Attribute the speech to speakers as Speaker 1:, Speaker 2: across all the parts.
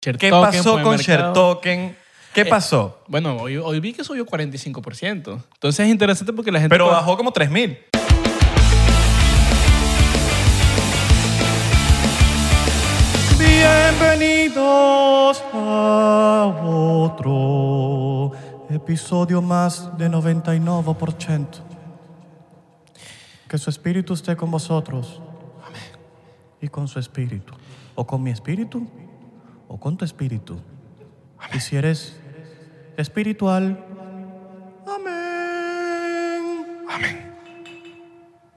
Speaker 1: ¿Qué pasó con ShareToken? ¿Qué
Speaker 2: Eh,
Speaker 1: pasó?
Speaker 2: Bueno, hoy, hoy vi que subió 45%. Entonces es interesante porque la gente...
Speaker 1: Pero
Speaker 2: co-
Speaker 1: bajó como 3000. Bienvenidos a otro episodio más de 99%. Que su espíritu esté con vosotros. Amén. Y con su espíritu. O con mi espíritu, o con tu espíritu. Y si eres espiritual, Amén. Amén.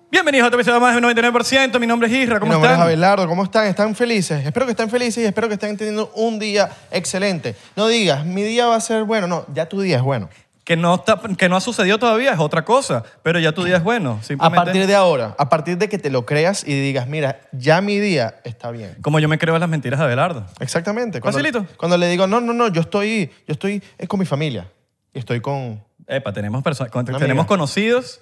Speaker 1: Bienvenidos a otro episodio más de 99%. Mi nombre es Isra.
Speaker 3: Mi
Speaker 1: ¿Cómo
Speaker 3: nombre es
Speaker 1: están?
Speaker 3: Abelardo, ¿cómo están? ¿Están felices? Espero que estén felices y espero que estén teniendo un día excelente. No digas, mi día va a ser bueno. No, ya tu día es bueno.
Speaker 1: Que no, está, que no ha sucedido todavía es otra cosa, pero ya tu día es bueno.
Speaker 3: A
Speaker 1: Simplemente,
Speaker 3: partir de ahora, a partir de que te lo creas y digas, mira, ya mi día está bien.
Speaker 1: como yo me creo en las mentiras de Abelardo.
Speaker 3: Exactamente. Cuando,
Speaker 1: Facilito.
Speaker 3: Cuando le digo, no, no, no, yo estoy, yo estoy eh, con mi familia. Y Estoy con...
Speaker 1: Epa, tenemos, perso- con-
Speaker 3: Una
Speaker 1: tenemos
Speaker 3: amiga.
Speaker 1: conocidos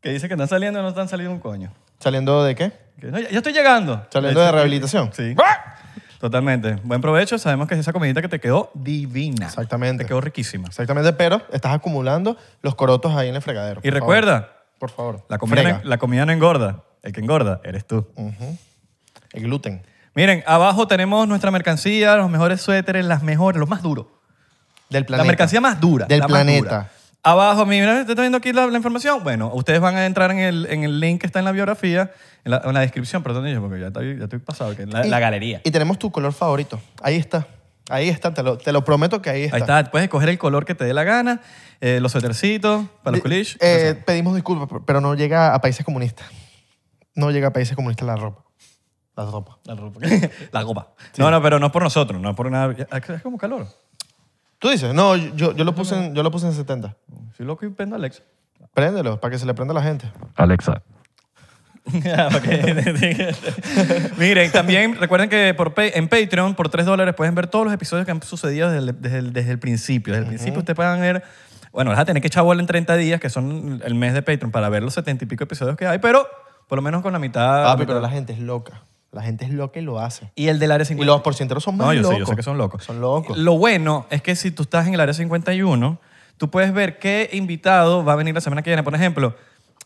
Speaker 1: que dicen que están saliendo y no están saliendo un coño.
Speaker 3: ¿Saliendo de qué?
Speaker 1: Que, no, ya, ya estoy llegando.
Speaker 3: Saliendo de rehabilitación.
Speaker 1: Sí. Totalmente. Buen provecho. Sabemos que esa comidita que te quedó divina.
Speaker 3: Exactamente.
Speaker 1: Te quedó riquísima.
Speaker 3: Exactamente, pero estás acumulando los corotos ahí en el fregadero.
Speaker 1: Y
Speaker 3: por
Speaker 1: recuerda,
Speaker 3: favor. Por favor.
Speaker 1: la comida, no,
Speaker 3: frega. Mm.
Speaker 1: la comida no engorda. El que engorda eres tú.
Speaker 3: Ujú. El gluten.
Speaker 1: Miren, abajo tenemos nuestra mercancía, los mejores suéteres, las mejores, los más duros.
Speaker 3: Del planeta.
Speaker 1: La mercancía más dura.
Speaker 3: Del
Speaker 1: la más
Speaker 3: planeta.
Speaker 1: dura. Abajo, mira, ¿te está viendo aquí la, la información? Bueno, ustedes van a entrar en el, en el link que está en la biografía, en la, en la descripción, perdón, yo, porque ya estoy, ya estoy pasado, que en la,
Speaker 3: Y-
Speaker 1: la galería.
Speaker 3: Y tenemos tu color favorito. Ahí está. Ahí está. Te lo, te lo prometo que ahí está.
Speaker 1: Ahí está, puedes escoger el color que te dé la gana, eh, los suétercitos, para los
Speaker 3: Di-
Speaker 1: culiches.
Speaker 3: eh, pedimos disculpas, pero- pero no llega a países comunistas. No llega a países comunistas la ropa. La ropa.
Speaker 1: la ropa. la ropa. No, no, pero no es por nosotros, no es por nada. Es como calor.
Speaker 3: Tú dices, no, yo, yo, lo, puse en, yo lo puse en 70.
Speaker 1: Soy loco y prendo Alexa.
Speaker 3: Préndelo, para que se le prenda a la gente.
Speaker 1: Alexa. Ah, Miren, también recuerden que por pa- en Patreon por 3 dólares pueden ver todos los episodios que han sucedido desde el, desde el- desde el principio. Desde el principio ustedes pueden ver, bueno, vas a tener que echar bola en 30 días, que son el mes de Patreon, para ver los 70 y pico episodios que hay, pero por lo menos con la mitad.
Speaker 3: Papi, pero
Speaker 1: mitad.
Speaker 3: la gente es loca. La gente es loca y lo hace.
Speaker 1: Y el del área
Speaker 3: Y
Speaker 1: 51.
Speaker 3: los porcienteros son más
Speaker 1: No, yo
Speaker 3: locos.
Speaker 1: sé, yo sé que son locos.
Speaker 3: Son locos.
Speaker 1: Lo bueno es que si tú estás en el área 51, tú puedes ver qué invitado va a venir la semana que viene. Por ejemplo,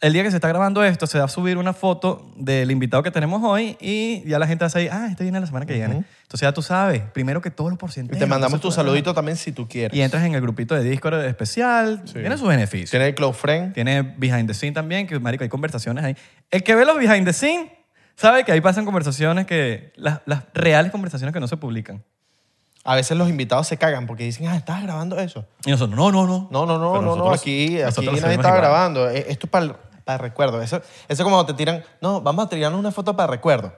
Speaker 1: el día que se está grabando esto, se va a subir una foto del invitado que tenemos hoy y ya la gente hace ahí, ah, este viene la semana que viene. Entonces ya tú sabes, primero que todos los porcentajes.
Speaker 3: Y te mandamos tu saludito también si tú quieres.
Speaker 1: Y entras en el grupito de Discord especial. Tiene sus beneficios.
Speaker 3: Tiene el Cloud Friend.
Speaker 1: Tiene behind the scene también, que marico, hay conversaciones ahí. El que ve los behind the scene sabe que ahí pasan conversaciones que, las, las reales conversaciones que no se publican.
Speaker 3: A veces los invitados se cagan porque dicen, ah, estabas grabando eso.
Speaker 1: Y nosotros, no, no, no.
Speaker 3: No, no, no,
Speaker 1: Pero
Speaker 3: no, no,
Speaker 1: nosotros-
Speaker 3: aquí, aquí
Speaker 1: nosotros lo
Speaker 3: nadie
Speaker 1: subimos
Speaker 3: estaba
Speaker 1: igual.
Speaker 3: grabando. E- Esto es para el, para el recuerdo. Eso, eso como te tiran, no, vamos a tirarnos una foto para recuerdo.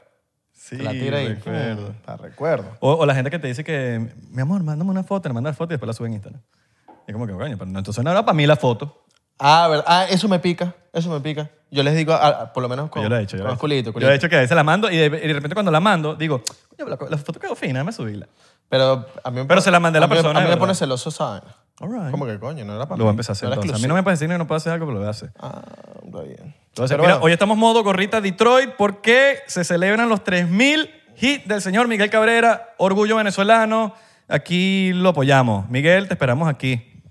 Speaker 1: Sí,
Speaker 3: te la tira y,
Speaker 1: recuerdo.
Speaker 3: mm, para recuerdo.
Speaker 1: O, o la gente que te dice que, mi amor, mándame una foto, le manda la foto y después la sube en Instagram. Y es como que, coño, pero no, entonces no era para mí la foto.
Speaker 3: Ah, ver- ah, eso me pica, eso me pica. Yo les digo, ah, ah, por lo menos con,
Speaker 1: yo la he hecho. Yo
Speaker 3: con
Speaker 1: la he hecho.
Speaker 3: culito,
Speaker 1: Yo
Speaker 3: culito.
Speaker 1: he hecho que a veces la mando y de, y de repente cuando la mando digo, coño, la, la foto quedó fina, déjame subirla.
Speaker 3: Pero a mí me
Speaker 1: Pero
Speaker 3: pone-
Speaker 1: se la mandé a la
Speaker 3: mí-
Speaker 1: persona,
Speaker 3: A mí
Speaker 1: de
Speaker 3: me pone
Speaker 1: verdad.
Speaker 3: celoso, ¿saben?
Speaker 1: All right.
Speaker 3: Como que coño, no era para
Speaker 1: Lo voy a empezar a hacer
Speaker 3: no era
Speaker 1: entonces. A mí no me puedes decir que no puedo hacer algo, pero lo voy a hacer.
Speaker 3: exclusivo. Ah, está bien.
Speaker 1: Entonces,
Speaker 3: Pero
Speaker 1: mira,
Speaker 3: bueno,
Speaker 1: hoy estamos modo gorrita Detroit porque se celebran los 3.000 hits del señor Miguel Cabrera, Orgullo Venezolano. Aquí lo apoyamos. Miguel, te esperamos aquí.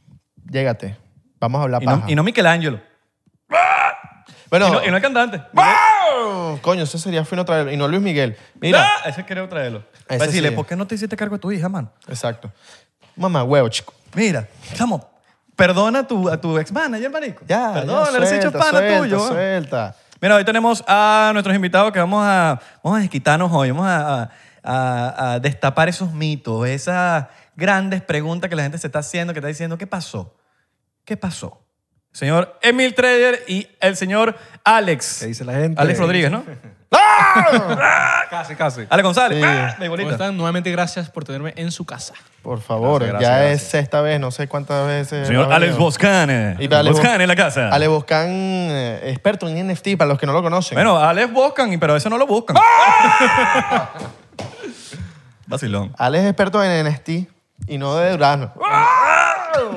Speaker 3: llégate. Vamos a hablar
Speaker 1: Y no,
Speaker 3: paja.
Speaker 1: y no Michelangelo.
Speaker 3: bueno,
Speaker 1: Y, no, y no el cantante.
Speaker 3: ¡Wow! Coño, eso sería fino otra vez. Y no Luis Miguel. Mira.
Speaker 1: Ah, Ese creo traerlo.
Speaker 3: Ese
Speaker 1: Para decirle,
Speaker 3: sí.
Speaker 1: ¿por qué no te hiciste cargo de tu hija, mano?
Speaker 3: Exacto. Mamá, huevo, chico.
Speaker 1: Mira, chamo, perdona a tu, a tu ex manager, marico.
Speaker 3: Ya,
Speaker 1: perdona,
Speaker 3: ya,
Speaker 1: eres hecho
Speaker 3: suelta,
Speaker 1: pana
Speaker 3: suelta,
Speaker 1: tuyo. ¿eh?
Speaker 3: Suelta.
Speaker 1: Mira, hoy tenemos a nuestros invitados que vamos a, vamos a desquitarnos hoy, vamos a, a- a- a destapar esos mitos, esas grandes preguntas que la gente se está haciendo, que está diciendo, ¿qué pasó? ¿Qué pasó? Señor Emil Trader y el señor Alex.
Speaker 4: ¿Qué dice la gente?
Speaker 1: Alex Rodríguez, ¿no?
Speaker 4: Casi, casi.
Speaker 1: Alex González.
Speaker 3: Sí.
Speaker 1: ¡Ah! Mi
Speaker 2: ¿Cómo
Speaker 1: bolita.
Speaker 2: están? Nuevamente gracias por tenerme en su casa.
Speaker 3: Por favor,
Speaker 1: Gracias, gracias,
Speaker 3: ya
Speaker 1: gracias.
Speaker 3: es esta vez, no sé cuántas veces.
Speaker 1: Señor
Speaker 3: ha
Speaker 1: Alex
Speaker 3: venido.
Speaker 1: Boscane.
Speaker 3: Y Alex
Speaker 1: Boscane
Speaker 3: Bo-
Speaker 1: en la casa.
Speaker 3: Ale Boscan, eh, experto en NFT, para los que no lo conocen.
Speaker 1: Bueno, Alex Boscan, y- pero eso no lo buscan.
Speaker 3: ¡Ah!
Speaker 1: Vacilón.
Speaker 3: Ale es experto en NFT y no de Durano.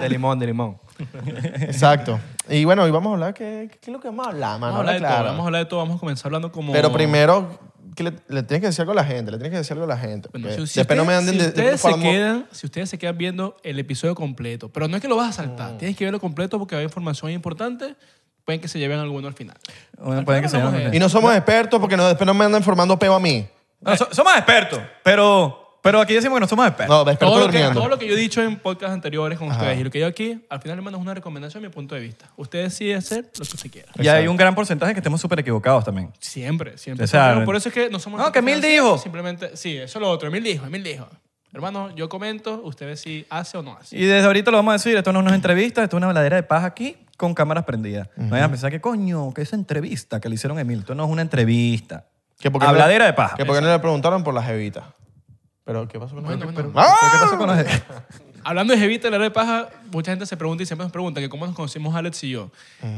Speaker 4: De limón, de limón.
Speaker 3: Exacto. Y bueno, hoy vamos a hablar, ¿qué, qué es lo que vamos a hablar, mano?
Speaker 2: Vamos a hablar de
Speaker 3: Ah, Claro.
Speaker 2: todo, vamos a hablar de todo, vamos a comenzar hablando como...
Speaker 3: Pero primero, que le, le tienes que decir algo a la gente, le tienes que decir algo a la gente.
Speaker 2: Bueno,
Speaker 3: porque
Speaker 2: si, si
Speaker 3: después no me
Speaker 2: ustedes-
Speaker 3: anden
Speaker 2: si
Speaker 3: de- de-
Speaker 2: ustedes se
Speaker 3: palmo-
Speaker 2: quedan, si ustedes se quedan viendo el episodio completo, pero no es que lo vas a
Speaker 3: Mm.
Speaker 2: saltar, tienes que verlo completo porque hay información importante, pueden que se lleven alguno al final.
Speaker 1: Bueno, pueden que se
Speaker 2: Hablamos
Speaker 1: llamen-
Speaker 2: de-
Speaker 3: Y no somos expertos porque no, después no me andan formando peo a mí.
Speaker 1: No, so- somos expertos, pero, pero aquí decimos que no somos expertos.
Speaker 3: No, de experto
Speaker 2: Todo lo, que,
Speaker 3: durmiendo.
Speaker 2: todo lo que yo he dicho en podcasts anteriores con ustedes y lo que yo aquí, al final le mando es una recomendación, mi punto de vista. Usted decide hacer lo que usted quiera.
Speaker 1: y hay un gran porcentaje que estemos súper equivocados también.
Speaker 2: Siempre, siempre.
Speaker 1: O sea,
Speaker 2: Pero por eso es que no somos...
Speaker 1: no, que Emil
Speaker 2: financieros,
Speaker 1: dijo.
Speaker 2: Simplemente, sí, eso es lo otro. Emil dijo, Emil dijo. Hermano, yo comento, usted ve si hace o no hace.
Speaker 1: Y desde ahorita lo vamos a decir, esto no es una entrevista, esto es una habladera de paz aquí con cámaras prendidas. No vayan a pensar que coño, que esa entrevista que le hicieron a Emil, esto no es una entrevista.
Speaker 3: Que porque no-
Speaker 1: habladera de paz.
Speaker 3: Que porque no le preguntaron por las evitas. Pero, ¿qué pasó con las
Speaker 2: Bueno,
Speaker 3: evitas?
Speaker 2: bueno.
Speaker 3: ¡Ah!
Speaker 1: ¿Qué pasó con los
Speaker 2: Hablando de Jevita y la hora de paja, mucha gente se pregunta y siempre nos pregunta que cómo nos conocimos Alex y yo.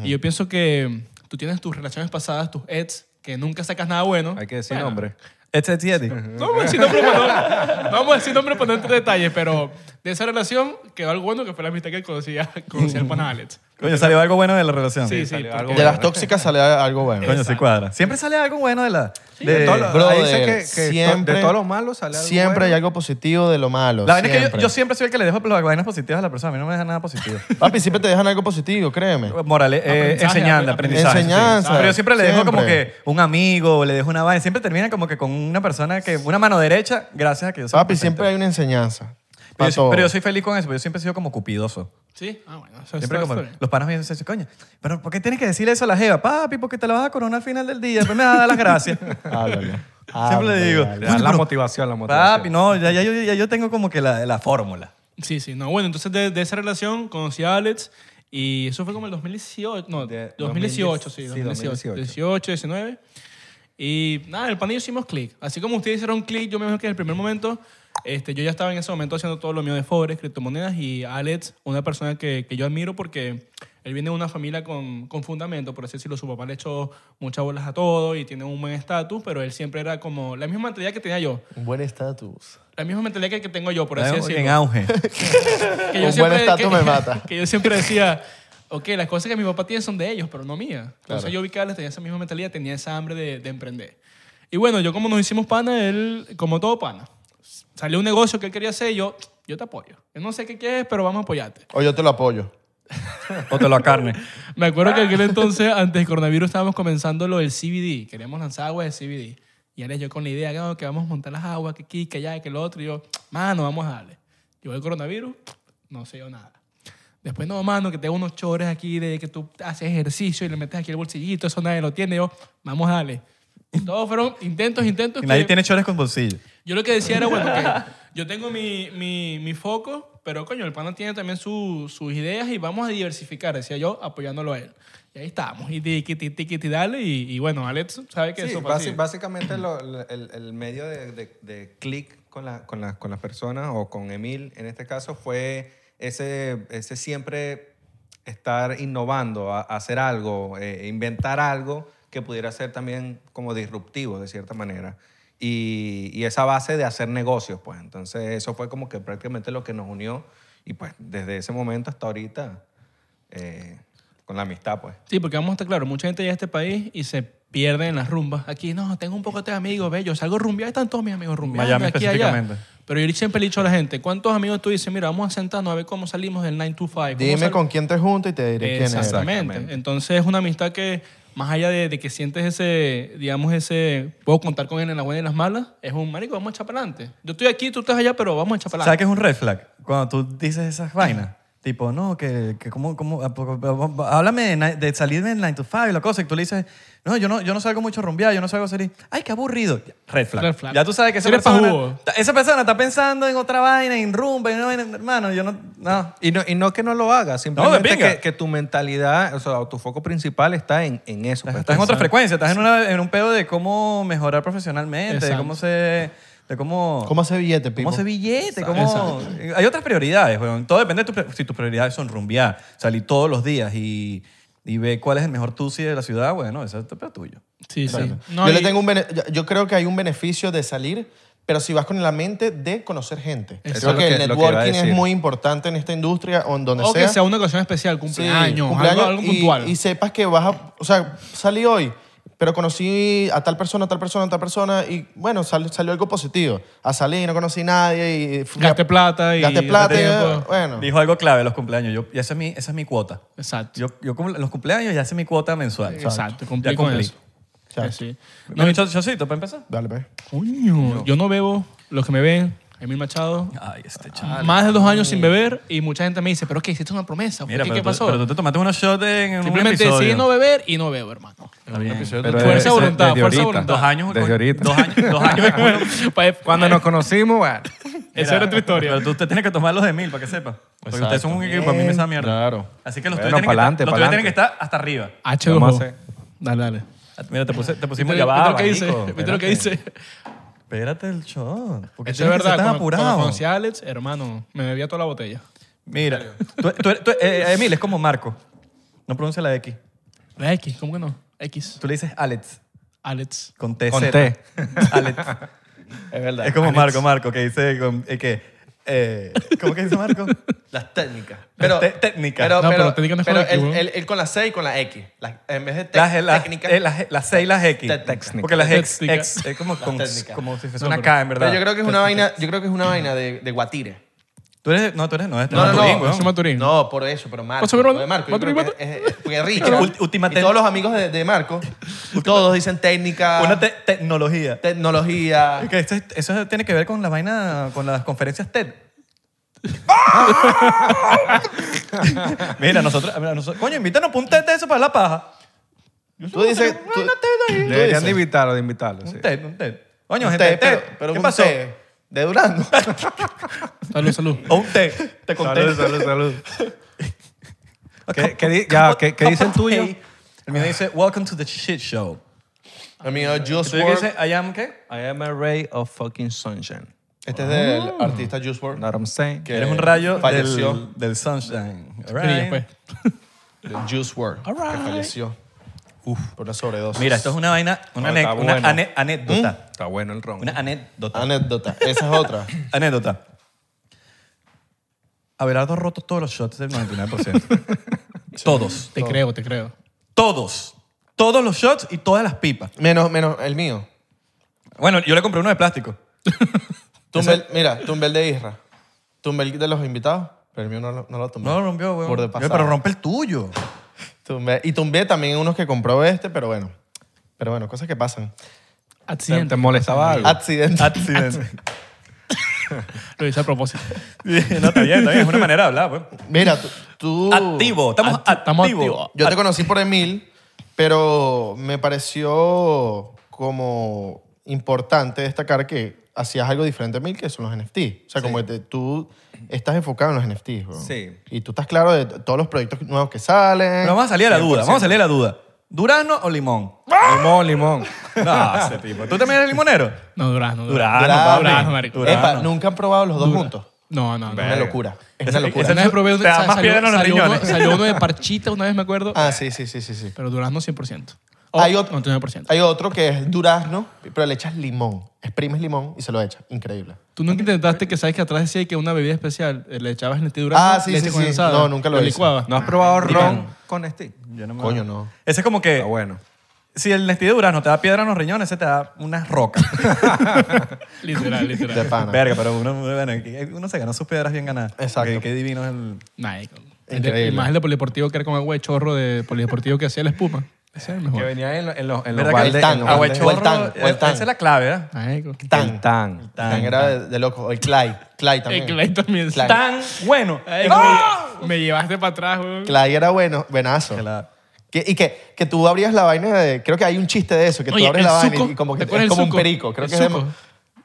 Speaker 2: Y yo pienso que mm, tú tienes tus relaciones pasadas, tus ex, que nunca sacas nada bueno.
Speaker 4: Hay que decir
Speaker 2: Bueno,
Speaker 4: nombre.
Speaker 1: Este es Yeti.
Speaker 2: No vamos a decir nombre para no, no vamos a decir nombre para no entrar en detalles, pero de esa relación quedó algo bueno que fue la amistad que conocí, a- conocí al pana Alex.
Speaker 1: Coño, salió algo bueno de la relación.
Speaker 2: Sí, sí.
Speaker 4: salió
Speaker 2: porque-
Speaker 4: algo
Speaker 3: De las tóxicas sale algo bueno.
Speaker 1: Coño, sí cuadra. Siempre sale algo bueno de la... de-
Speaker 4: De todo lo-
Speaker 3: Brother,
Speaker 4: ahí dice que- que to-
Speaker 3: siempre,
Speaker 4: de todo lo malo sale algo
Speaker 3: Siempre
Speaker 4: bueno.
Speaker 3: hay algo positivo de lo malo.
Speaker 1: La vaina es que
Speaker 3: siempre.
Speaker 1: yo, yo siempre soy el que le dejo las vainas positivas a la persona. A mí no me deja nada positivo.
Speaker 3: Papi, siempre te dejan algo positivo, créeme.
Speaker 1: Morale, eh,
Speaker 2: Aprendizaje,
Speaker 1: enseñando, aprendizaje.
Speaker 3: Enseñanza,
Speaker 1: sí. Pero yo siempre le dejo
Speaker 3: siempre.
Speaker 1: como que un amigo, o le dejo una vaina. Siempre termina como que con una persona que, una mano derecha, gracias a que yo soy
Speaker 3: Papi,
Speaker 1: perfecto.
Speaker 3: siempre hay una enseñanza.
Speaker 1: Pero
Speaker 3: Para
Speaker 1: yo, soy-
Speaker 3: todo.
Speaker 1: pero yo soy feliz con eso, porque yo siempre he sido como cupidoso.
Speaker 2: Sí, ah, bueno. eso-
Speaker 1: Siempre
Speaker 2: eso-
Speaker 1: como,
Speaker 2: eso-
Speaker 1: los panos vienen y dicen, coño, pero ¿por qué tienes que decirle eso a la jeva? Papi, porque te la vas a coronar al final del día, después me vas a dar las gracias.
Speaker 3: Háblale.
Speaker 1: siempre le
Speaker 3: Háblale,
Speaker 1: digo,
Speaker 3: dale.
Speaker 4: Le dan
Speaker 1: "Coño,
Speaker 4: la
Speaker 1: pero,
Speaker 4: motivación, la motivación.
Speaker 1: papi, no, ya, ya yo, ya yo tengo como que la, la fórmula.
Speaker 2: Sí, sí. No, bueno, entonces de, de esa relación conocí a Alex y eso fue como el 2018, no,
Speaker 4: De-
Speaker 2: 2018, sí,
Speaker 4: sí,
Speaker 2: 2018,
Speaker 4: 2018.
Speaker 2: 18, 19. Y nada, el pan y yo hicimos clic. Así como ustedes hicieron clic, yo me imagino que en el primer momento, este, yo ya estaba en ese momento haciendo todo lo mío de Forex, criptomonedas y Alex, una persona que, que yo admiro porque él viene de una familia con, con fundamento, por así decirlo, su papá le echó muchas bolas a todo y tiene un buen estatus, pero él siempre era como la misma mentalidad que tenía yo,
Speaker 3: Un buen estatus.
Speaker 2: la misma mentalidad que, que tengo yo, por así
Speaker 1: Estamos
Speaker 2: decirlo
Speaker 1: En auge.
Speaker 2: que yo
Speaker 3: Un
Speaker 2: siempre-
Speaker 3: buen estatus
Speaker 2: que-
Speaker 3: me mata.
Speaker 2: Que yo siempre decía, ok, las cosas que mi papá tiene son de ellos, pero no mías. Entonces yo vi que Alex tenía esa misma mentalidad, tenía esa hambre de, de emprender. Y bueno, yo como nos hicimos pana, él, como todo pana, salió un negocio que él quería hacer y yo, yo te apoyo. Yo no sé qué quieres, pero vamos a apoyarte.
Speaker 3: O yo te lo apoyo.
Speaker 1: o te lo carne.
Speaker 2: Me acuerdo que aquel entonces, antes del coronavirus, estábamos comenzando lo del CBD. Queríamos lanzar aguas de CBD. Y Alex yo con la idea, "No, que vamos a montar las aguas, que aquí, que allá, que lo otro. Y yo, mano, vamos a darle. Llegó el coronavirus, no se dio nada. Después, no, mano, que tengo unos chores aquí de que tú haces ejercicio y le metes aquí el bolsillito, eso nadie lo tiene. Yo, vamos a darle. Todos fueron intentos, intentos.
Speaker 1: Y nadie
Speaker 2: que-
Speaker 1: tiene chores con bolsillo.
Speaker 2: yo lo que decía era, bueno, ok, yo tengo mi, mi, mi foco, pero coño, el pana tiene también su- sus ideas y vamos a diversificar, decía yo, apoyándolo a él. Y ahí estábamos, y tiqui, tiqui, tiqui, tiqui, dale, y, y bueno, Alex sabe que
Speaker 4: Sí,
Speaker 2: eso fue
Speaker 4: basi-
Speaker 2: así.
Speaker 4: básicamente lo- el, el medio de, de- de clic con, la- con, la- con las personas o con Emil en este caso fue ese, ese siempre estar innovando, a- hacer algo, eh, inventar algo que pudiera ser también como disruptivo de cierta manera. Y, y esa base de hacer negocios, pues. Entonces eso fue como que prácticamente lo que nos unió y pues desde ese momento hasta ahorita eh, con la amistad, pues.
Speaker 2: Sí, porque vamos a estar claros, mucha gente llega a este país y se pierde en las rumbas. Aquí, no, tengo un poco de amigos, ve, yo salgo rumbeado, están todos mis amigos rumbeando.
Speaker 1: Miami
Speaker 2: aquí, allá.
Speaker 1: específicamente.
Speaker 2: Pero yo siempre le he dicho a la gente, ¿cuántos amigos tú dices, mira, vamos a sentarnos a ver cómo salimos del 9 to 5? ¿Cómo
Speaker 3: Dime
Speaker 2: sal-
Speaker 3: con quién te juntas y te diré quién es.
Speaker 2: Exactamente.
Speaker 4: Exactamente.
Speaker 2: Entonces es una amistad que más allá de, de que sientes ese, digamos, ese, puedo contar con él en las buenas y las malas, es un marico, vamos a echar para adelante. Yo estoy aquí, tú estás allá, pero vamos a echar para adelante.
Speaker 1: ¿Sabes qué es un red flag? Cuando tú dices esas vainas. Tipo, no, que, que cómo, cómo, ah, pues, a poco- a- a- háblame de, ni- de salir del 9 to 5 y la cosa. Y tú le dices, no, yo no, yo no salgo mucho a rumbear, yo no salgo a salir. Ay, qué aburrido. Red flag.
Speaker 2: Red flag.
Speaker 1: Ya tú sabes que esa
Speaker 2: Eres
Speaker 1: persona,
Speaker 2: pajugo.
Speaker 1: esa persona está pensando en otra vaina, en rumba, en una vaina. Hermano, yo no, no.
Speaker 4: Y no, y no que no lo hagas, simplemente
Speaker 1: pinga.
Speaker 4: que, que tu mentalidad, o sea, o tu foco principal está en, en eso. pues,
Speaker 1: Estás en otra
Speaker 4: pensar.
Speaker 1: frecuencia, estás en, una, en un pedo de cómo mejorar profesionalmente, de
Speaker 2: Exacto.
Speaker 1: cómo se... De cómo,
Speaker 3: ¿Cómo hace billete,
Speaker 1: ¿Cómo
Speaker 3: Pipo?
Speaker 1: hace billete? ¿Cómo... Hay otras prioridades, weón. Todo depende de tu pri- si tus prioridades son rumbear, salir todos los días y, y ver cuál es el mejor tusi de la ciudad, bueno, ese es el pedo tuyo.
Speaker 2: Sí, sí.
Speaker 3: yo,
Speaker 2: y-
Speaker 3: le tengo un bene- yo- yo creo que hay un beneficio de salir, pero si vas con la mente de conocer gente. creo
Speaker 4: Eso es lo
Speaker 3: que,
Speaker 4: que-
Speaker 3: el
Speaker 4: lo que iba a
Speaker 3: networking es
Speaker 4: decir.
Speaker 3: muy importante en esta industria o en donde
Speaker 2: O
Speaker 3: sea.
Speaker 2: que sea una ocasión especial,
Speaker 3: Sí,
Speaker 2: cumpleaños,
Speaker 3: cumpleaños
Speaker 2: algo, algo
Speaker 3: y-
Speaker 2: puntual.
Speaker 3: Y sepas que vas a... O sea, salí hoy, pero conocí a tal persona, a tal persona, a tal persona y bueno, sal- salió algo positivo. A salir y no conocí a nadie y... fui a-
Speaker 2: Gasté plata y...
Speaker 3: Gasté plata y,
Speaker 2: tiempo.
Speaker 3: bueno.
Speaker 1: Dijo algo clave, los cumpleaños. Yo, y esa, es mi, esa es mi cuota.
Speaker 2: Exacto.
Speaker 1: Yo, yo cum- los cumpleaños ya hice mi cuota mensual.
Speaker 2: Exacto,
Speaker 1: Ya
Speaker 2: cumplí con eso.
Speaker 3: Exacto.
Speaker 2: Sí, sí.
Speaker 1: No, cho- chocito, para empezar.
Speaker 3: Dale, pues.
Speaker 2: Coño, yo no bebo, los que me ven, Emil Machado.
Speaker 1: Ay, este
Speaker 2: Ah.
Speaker 1: chamo.
Speaker 2: Más de dos años sin beber y mucha gente me dice, pero ¿qué hiciste una promesa?
Speaker 1: Mira,
Speaker 2: ¿Qué,
Speaker 1: pero,
Speaker 2: qué
Speaker 1: tú-
Speaker 2: pasó?
Speaker 1: pero tú te tomaste unos shots en un
Speaker 2: Simplemente
Speaker 1: episodio.
Speaker 2: decidí no beber y no bebo, hermano.
Speaker 1: Está bien.
Speaker 4: Pero
Speaker 2: Fuerza
Speaker 4: desde-
Speaker 2: voluntad,
Speaker 4: desde
Speaker 2: fuerza
Speaker 4: ahorita.
Speaker 2: voluntad.
Speaker 1: Dos años.
Speaker 4: Desde
Speaker 1: coño,
Speaker 4: ahorita.
Speaker 1: Dos años, dos años es uno.
Speaker 2: Pa-
Speaker 4: Cuando nos conocimos, bueno,
Speaker 2: Esa era tu historia.
Speaker 1: Pero tú te tienes que tomar los de mil, para que sepa. Porque ustedes son un equipo, a mí me esa mierda.
Speaker 3: Claro.
Speaker 1: Así que los
Speaker 4: Bueno,
Speaker 1: tuyos tienen, que
Speaker 4: pa'lante,
Speaker 1: estar- los tuyos tienen que
Speaker 4: pa'lante.
Speaker 1: estar hasta arriba.
Speaker 4: Vamos
Speaker 2: H2O.
Speaker 4: a hacer.
Speaker 2: Dale, dale.
Speaker 1: Mira, te, puse- te pusimos
Speaker 2: ¿Viste
Speaker 1: ya va,
Speaker 2: lo que dice?
Speaker 1: abanico,
Speaker 2: ¿Viste lo que
Speaker 1: espérate.
Speaker 2: dice?
Speaker 1: Espérate el shot. Porque
Speaker 2: Eso es verdad.
Speaker 1: Están
Speaker 2: Cuando, cuando
Speaker 1: apurados.
Speaker 2: conocí a Alex, hermano, me bebía toda la botella.
Speaker 1: Mira, tú, tú, tú- eh, Emil es como Marco. No pronuncia la X.
Speaker 2: La X, ¿cómo que no? X.
Speaker 1: Tú le dices Alex
Speaker 2: Alex.
Speaker 1: con T.
Speaker 4: Con
Speaker 1: Z.
Speaker 4: T.
Speaker 1: Alex.
Speaker 3: Es verdad.
Speaker 1: Es como Marco, Marco, que dice con- eh, que. eh, ¿Cómo que dice Marco?
Speaker 3: Las técnicas.
Speaker 1: Pero-
Speaker 3: Pero,
Speaker 1: técnicas.
Speaker 2: No, pero técnicas no es con
Speaker 3: pero
Speaker 2: la X,
Speaker 3: él-
Speaker 2: weón.
Speaker 3: él- él con la C y con la X. Las- en vez de te-
Speaker 1: Las, las,
Speaker 3: técnicas.
Speaker 1: eh, las, las C y las X.
Speaker 3: Te- técnica.
Speaker 1: Porque las X,
Speaker 2: Técnica.
Speaker 1: X es como, con-
Speaker 3: técnica.
Speaker 1: como si fuese
Speaker 2: No,
Speaker 1: una
Speaker 2: pero-
Speaker 1: K, en verdad.
Speaker 3: Pero yo creo que es una vaina, yo creo que es una vaina de, de guatire.
Speaker 1: Tú eres. No, tú eres. No, este
Speaker 3: No,
Speaker 1: es
Speaker 3: no, no,
Speaker 1: Maturín, weón.
Speaker 2: Yo soy Maturín.
Speaker 3: No, por eso, pero Marco.
Speaker 2: Pásame,
Speaker 3: lo
Speaker 2: Marco.
Speaker 3: de Marco. yo
Speaker 2: Marco,
Speaker 3: creo
Speaker 2: Marco.
Speaker 3: que es- es- porque Richard
Speaker 1: Ul- última
Speaker 3: y
Speaker 1: tec-
Speaker 3: todos los amigos de, de Marco, todos dicen técnica,
Speaker 1: Una te- tecnología.
Speaker 3: tecnología.
Speaker 1: Que esto es- eso tiene que ver con la vaina, con las conferencias TED. Mira, nosotros, mira, nosotros- Coño, invítanos para un TED de eso para la paja.
Speaker 3: Tú dices, tú-
Speaker 1: Una TED ahí.
Speaker 4: deberían de invitarlo, de invitarlo. sí.
Speaker 1: Un TED, un TED. Coño,
Speaker 3: un
Speaker 1: gente,
Speaker 3: té,
Speaker 1: de TED.
Speaker 3: pero- pero
Speaker 1: ¿Qué
Speaker 3: un
Speaker 1: pasó?
Speaker 3: té De Durando.
Speaker 2: Salud, salud.
Speaker 1: O un TED. Te conté.
Speaker 4: Salud, salud, salud. ¿Qué, qué di- ya, ¿qué, qué dice el tuyo?
Speaker 1: Hey. El mío dice, welcome to the shit show.
Speaker 3: Amigo, Juice
Speaker 1: ¿Tú qué
Speaker 3: WRLD.
Speaker 1: dice, I am qué?
Speaker 4: I am a ray of fucking sunshine.
Speaker 3: Este es del
Speaker 2: Ah.
Speaker 3: artista Juice WRLD.
Speaker 4: Not I'm saying.
Speaker 3: Que
Speaker 1: Eres un rayo
Speaker 3: falleció.
Speaker 1: del, del sunshine. All
Speaker 2: Brilla,
Speaker 1: right.
Speaker 2: pues.
Speaker 1: Ah.
Speaker 3: del Juice WRLD.
Speaker 2: All right.
Speaker 3: Que falleció. Por una sobredosis.
Speaker 1: Mira, esto es una vaina, una,
Speaker 4: No, está
Speaker 1: ane- una
Speaker 4: bueno.
Speaker 1: ane- anécdota.
Speaker 4: Está bueno el
Speaker 3: ¿Mm?
Speaker 4: ron.
Speaker 1: Una anécdota.
Speaker 3: Anécdota. Esa es otra.
Speaker 1: Anécdota. Abelardo ha roto todos los shots del 99%. todos.
Speaker 2: Te creo, te creo.
Speaker 1: Todos. Todos los shots y todas las pipas.
Speaker 3: Menos, menos el mío.
Speaker 1: Bueno, yo le compré uno de plástico.
Speaker 3: Tumbel, mira, tumbel de Isra. Tumbel de los invitados. Pero el mío no lo, no lo tumbé.
Speaker 1: No lo rompió, weón.
Speaker 3: Por de
Speaker 1: Yo,
Speaker 3: pasada.
Speaker 1: Pero rompe el tuyo.
Speaker 3: Tumbé- y tumbé también unos que compró este, pero bueno. Pero bueno, cosas que pasan.
Speaker 4: ¿Te,
Speaker 2: Accidente.
Speaker 4: te molestaba algo?
Speaker 3: Accidente.
Speaker 1: Accidente.
Speaker 2: Lo hice a propósito.
Speaker 1: no, está bien, está bien. Es una manera de hablar, weón.
Speaker 3: Mira, tú... tú-
Speaker 1: Activo. Estamos
Speaker 2: Acti- estamos
Speaker 1: activos.
Speaker 2: activos.
Speaker 3: Yo te conocí por Emil, pero me pareció como importante destacar que hacías algo diferente a Emil, que son los NFT. O sea, como que te- tú estás enfocado en los NFTs. bro.
Speaker 4: Sí.
Speaker 3: Y tú estás claro de t- todos los proyectos nuevos que salen.
Speaker 1: Pero vamos a salir a la duda. Vamos a salir a la duda. ¿Durano o limón?
Speaker 4: Limón, limón.
Speaker 1: No, ese tipo. ¿Tú también eres limonero?
Speaker 2: No, durazno.
Speaker 1: Durazno,
Speaker 3: Durazno,
Speaker 1: Ah, papi.
Speaker 2: Durazno, marico.
Speaker 1: Durazno.
Speaker 3: Epa, nunca han probado los dos
Speaker 2: Dura-
Speaker 3: juntos.
Speaker 2: No, no, no.
Speaker 3: Es una locura. Es una
Speaker 1: Ese-
Speaker 3: locura.
Speaker 1: ese
Speaker 2: Esa vez probé un-
Speaker 1: Te da
Speaker 2: sa-
Speaker 1: más
Speaker 2: salió-
Speaker 1: piedra en los
Speaker 2: salió uno-
Speaker 1: riñones.
Speaker 2: Salió uno de parchita, una vez me acuerdo.
Speaker 3: Ah, sí, sí, sí, sí, sí.
Speaker 2: Pero durazno 100%.
Speaker 3: Hay otro-
Speaker 2: 99%.
Speaker 3: Hay otro que es durazno, pero le echas limón. Exprimes limón y se lo echas. Increíble.
Speaker 2: Tú nunca intentaste que sabes que atrás decía que una bebida especial eh, le echabas en este durazno.
Speaker 3: Ah, sí,
Speaker 2: leche
Speaker 3: sí, sí.
Speaker 2: condensada,
Speaker 3: No, nunca lo hice.
Speaker 2: licuabas.
Speaker 4: ¿No has probado ron con este?
Speaker 1: Yo no me-
Speaker 3: Coño, no.
Speaker 1: Ese es como que...
Speaker 4: Está bueno.
Speaker 1: Si el Nestí de Durazno te da piedra en los riñones, ese te da unas rocas.
Speaker 2: Literal,
Speaker 3: De
Speaker 2: literal.
Speaker 3: pana.
Speaker 1: Verga, pero uno, bueno, aquí uno se ganó sus piedras bien ganadas.
Speaker 3: Exacto.
Speaker 1: Qué, qué divino es el...
Speaker 2: Marico. El de-
Speaker 3: Increíble.
Speaker 2: Y más el de polideportivo que era con agua de chorro de polideportivo que hacía la espuma. Ese es el
Speaker 4: Que
Speaker 2: mejor.
Speaker 4: venía en, lo- en los, en los
Speaker 1: ¿Verdad
Speaker 4: baldes.
Speaker 1: que
Speaker 3: el tan,
Speaker 4: en los
Speaker 3: ah,
Speaker 1: agua
Speaker 4: baldes.
Speaker 1: de
Speaker 3: el
Speaker 1: chorro,
Speaker 3: tan, o
Speaker 1: eh,
Speaker 3: el tan.
Speaker 1: Esa es la clave, ¿verdad?
Speaker 2: Marico.
Speaker 3: Tan.
Speaker 4: Tan.
Speaker 3: Tan, era de, de loco. El Clay. Clay también.
Speaker 2: El Clay también.
Speaker 3: Clay.
Speaker 1: Tan bueno.
Speaker 2: Ay,
Speaker 1: Es
Speaker 2: me-
Speaker 1: como-
Speaker 2: Me llevaste para atrás, weón.
Speaker 3: Clay era bueno, buenazo.
Speaker 1: Que la-
Speaker 3: Que- y que, que tú abrías la vaina de... Creo que hay un chiste de eso, que
Speaker 2: Oye,
Speaker 3: tú abres
Speaker 2: el
Speaker 3: la vaina
Speaker 2: suco,
Speaker 3: y como que
Speaker 2: ¿te acuerdas del
Speaker 3: es como un
Speaker 2: suco?
Speaker 3: perico. Creo
Speaker 2: El
Speaker 3: que es de-
Speaker 2: suco.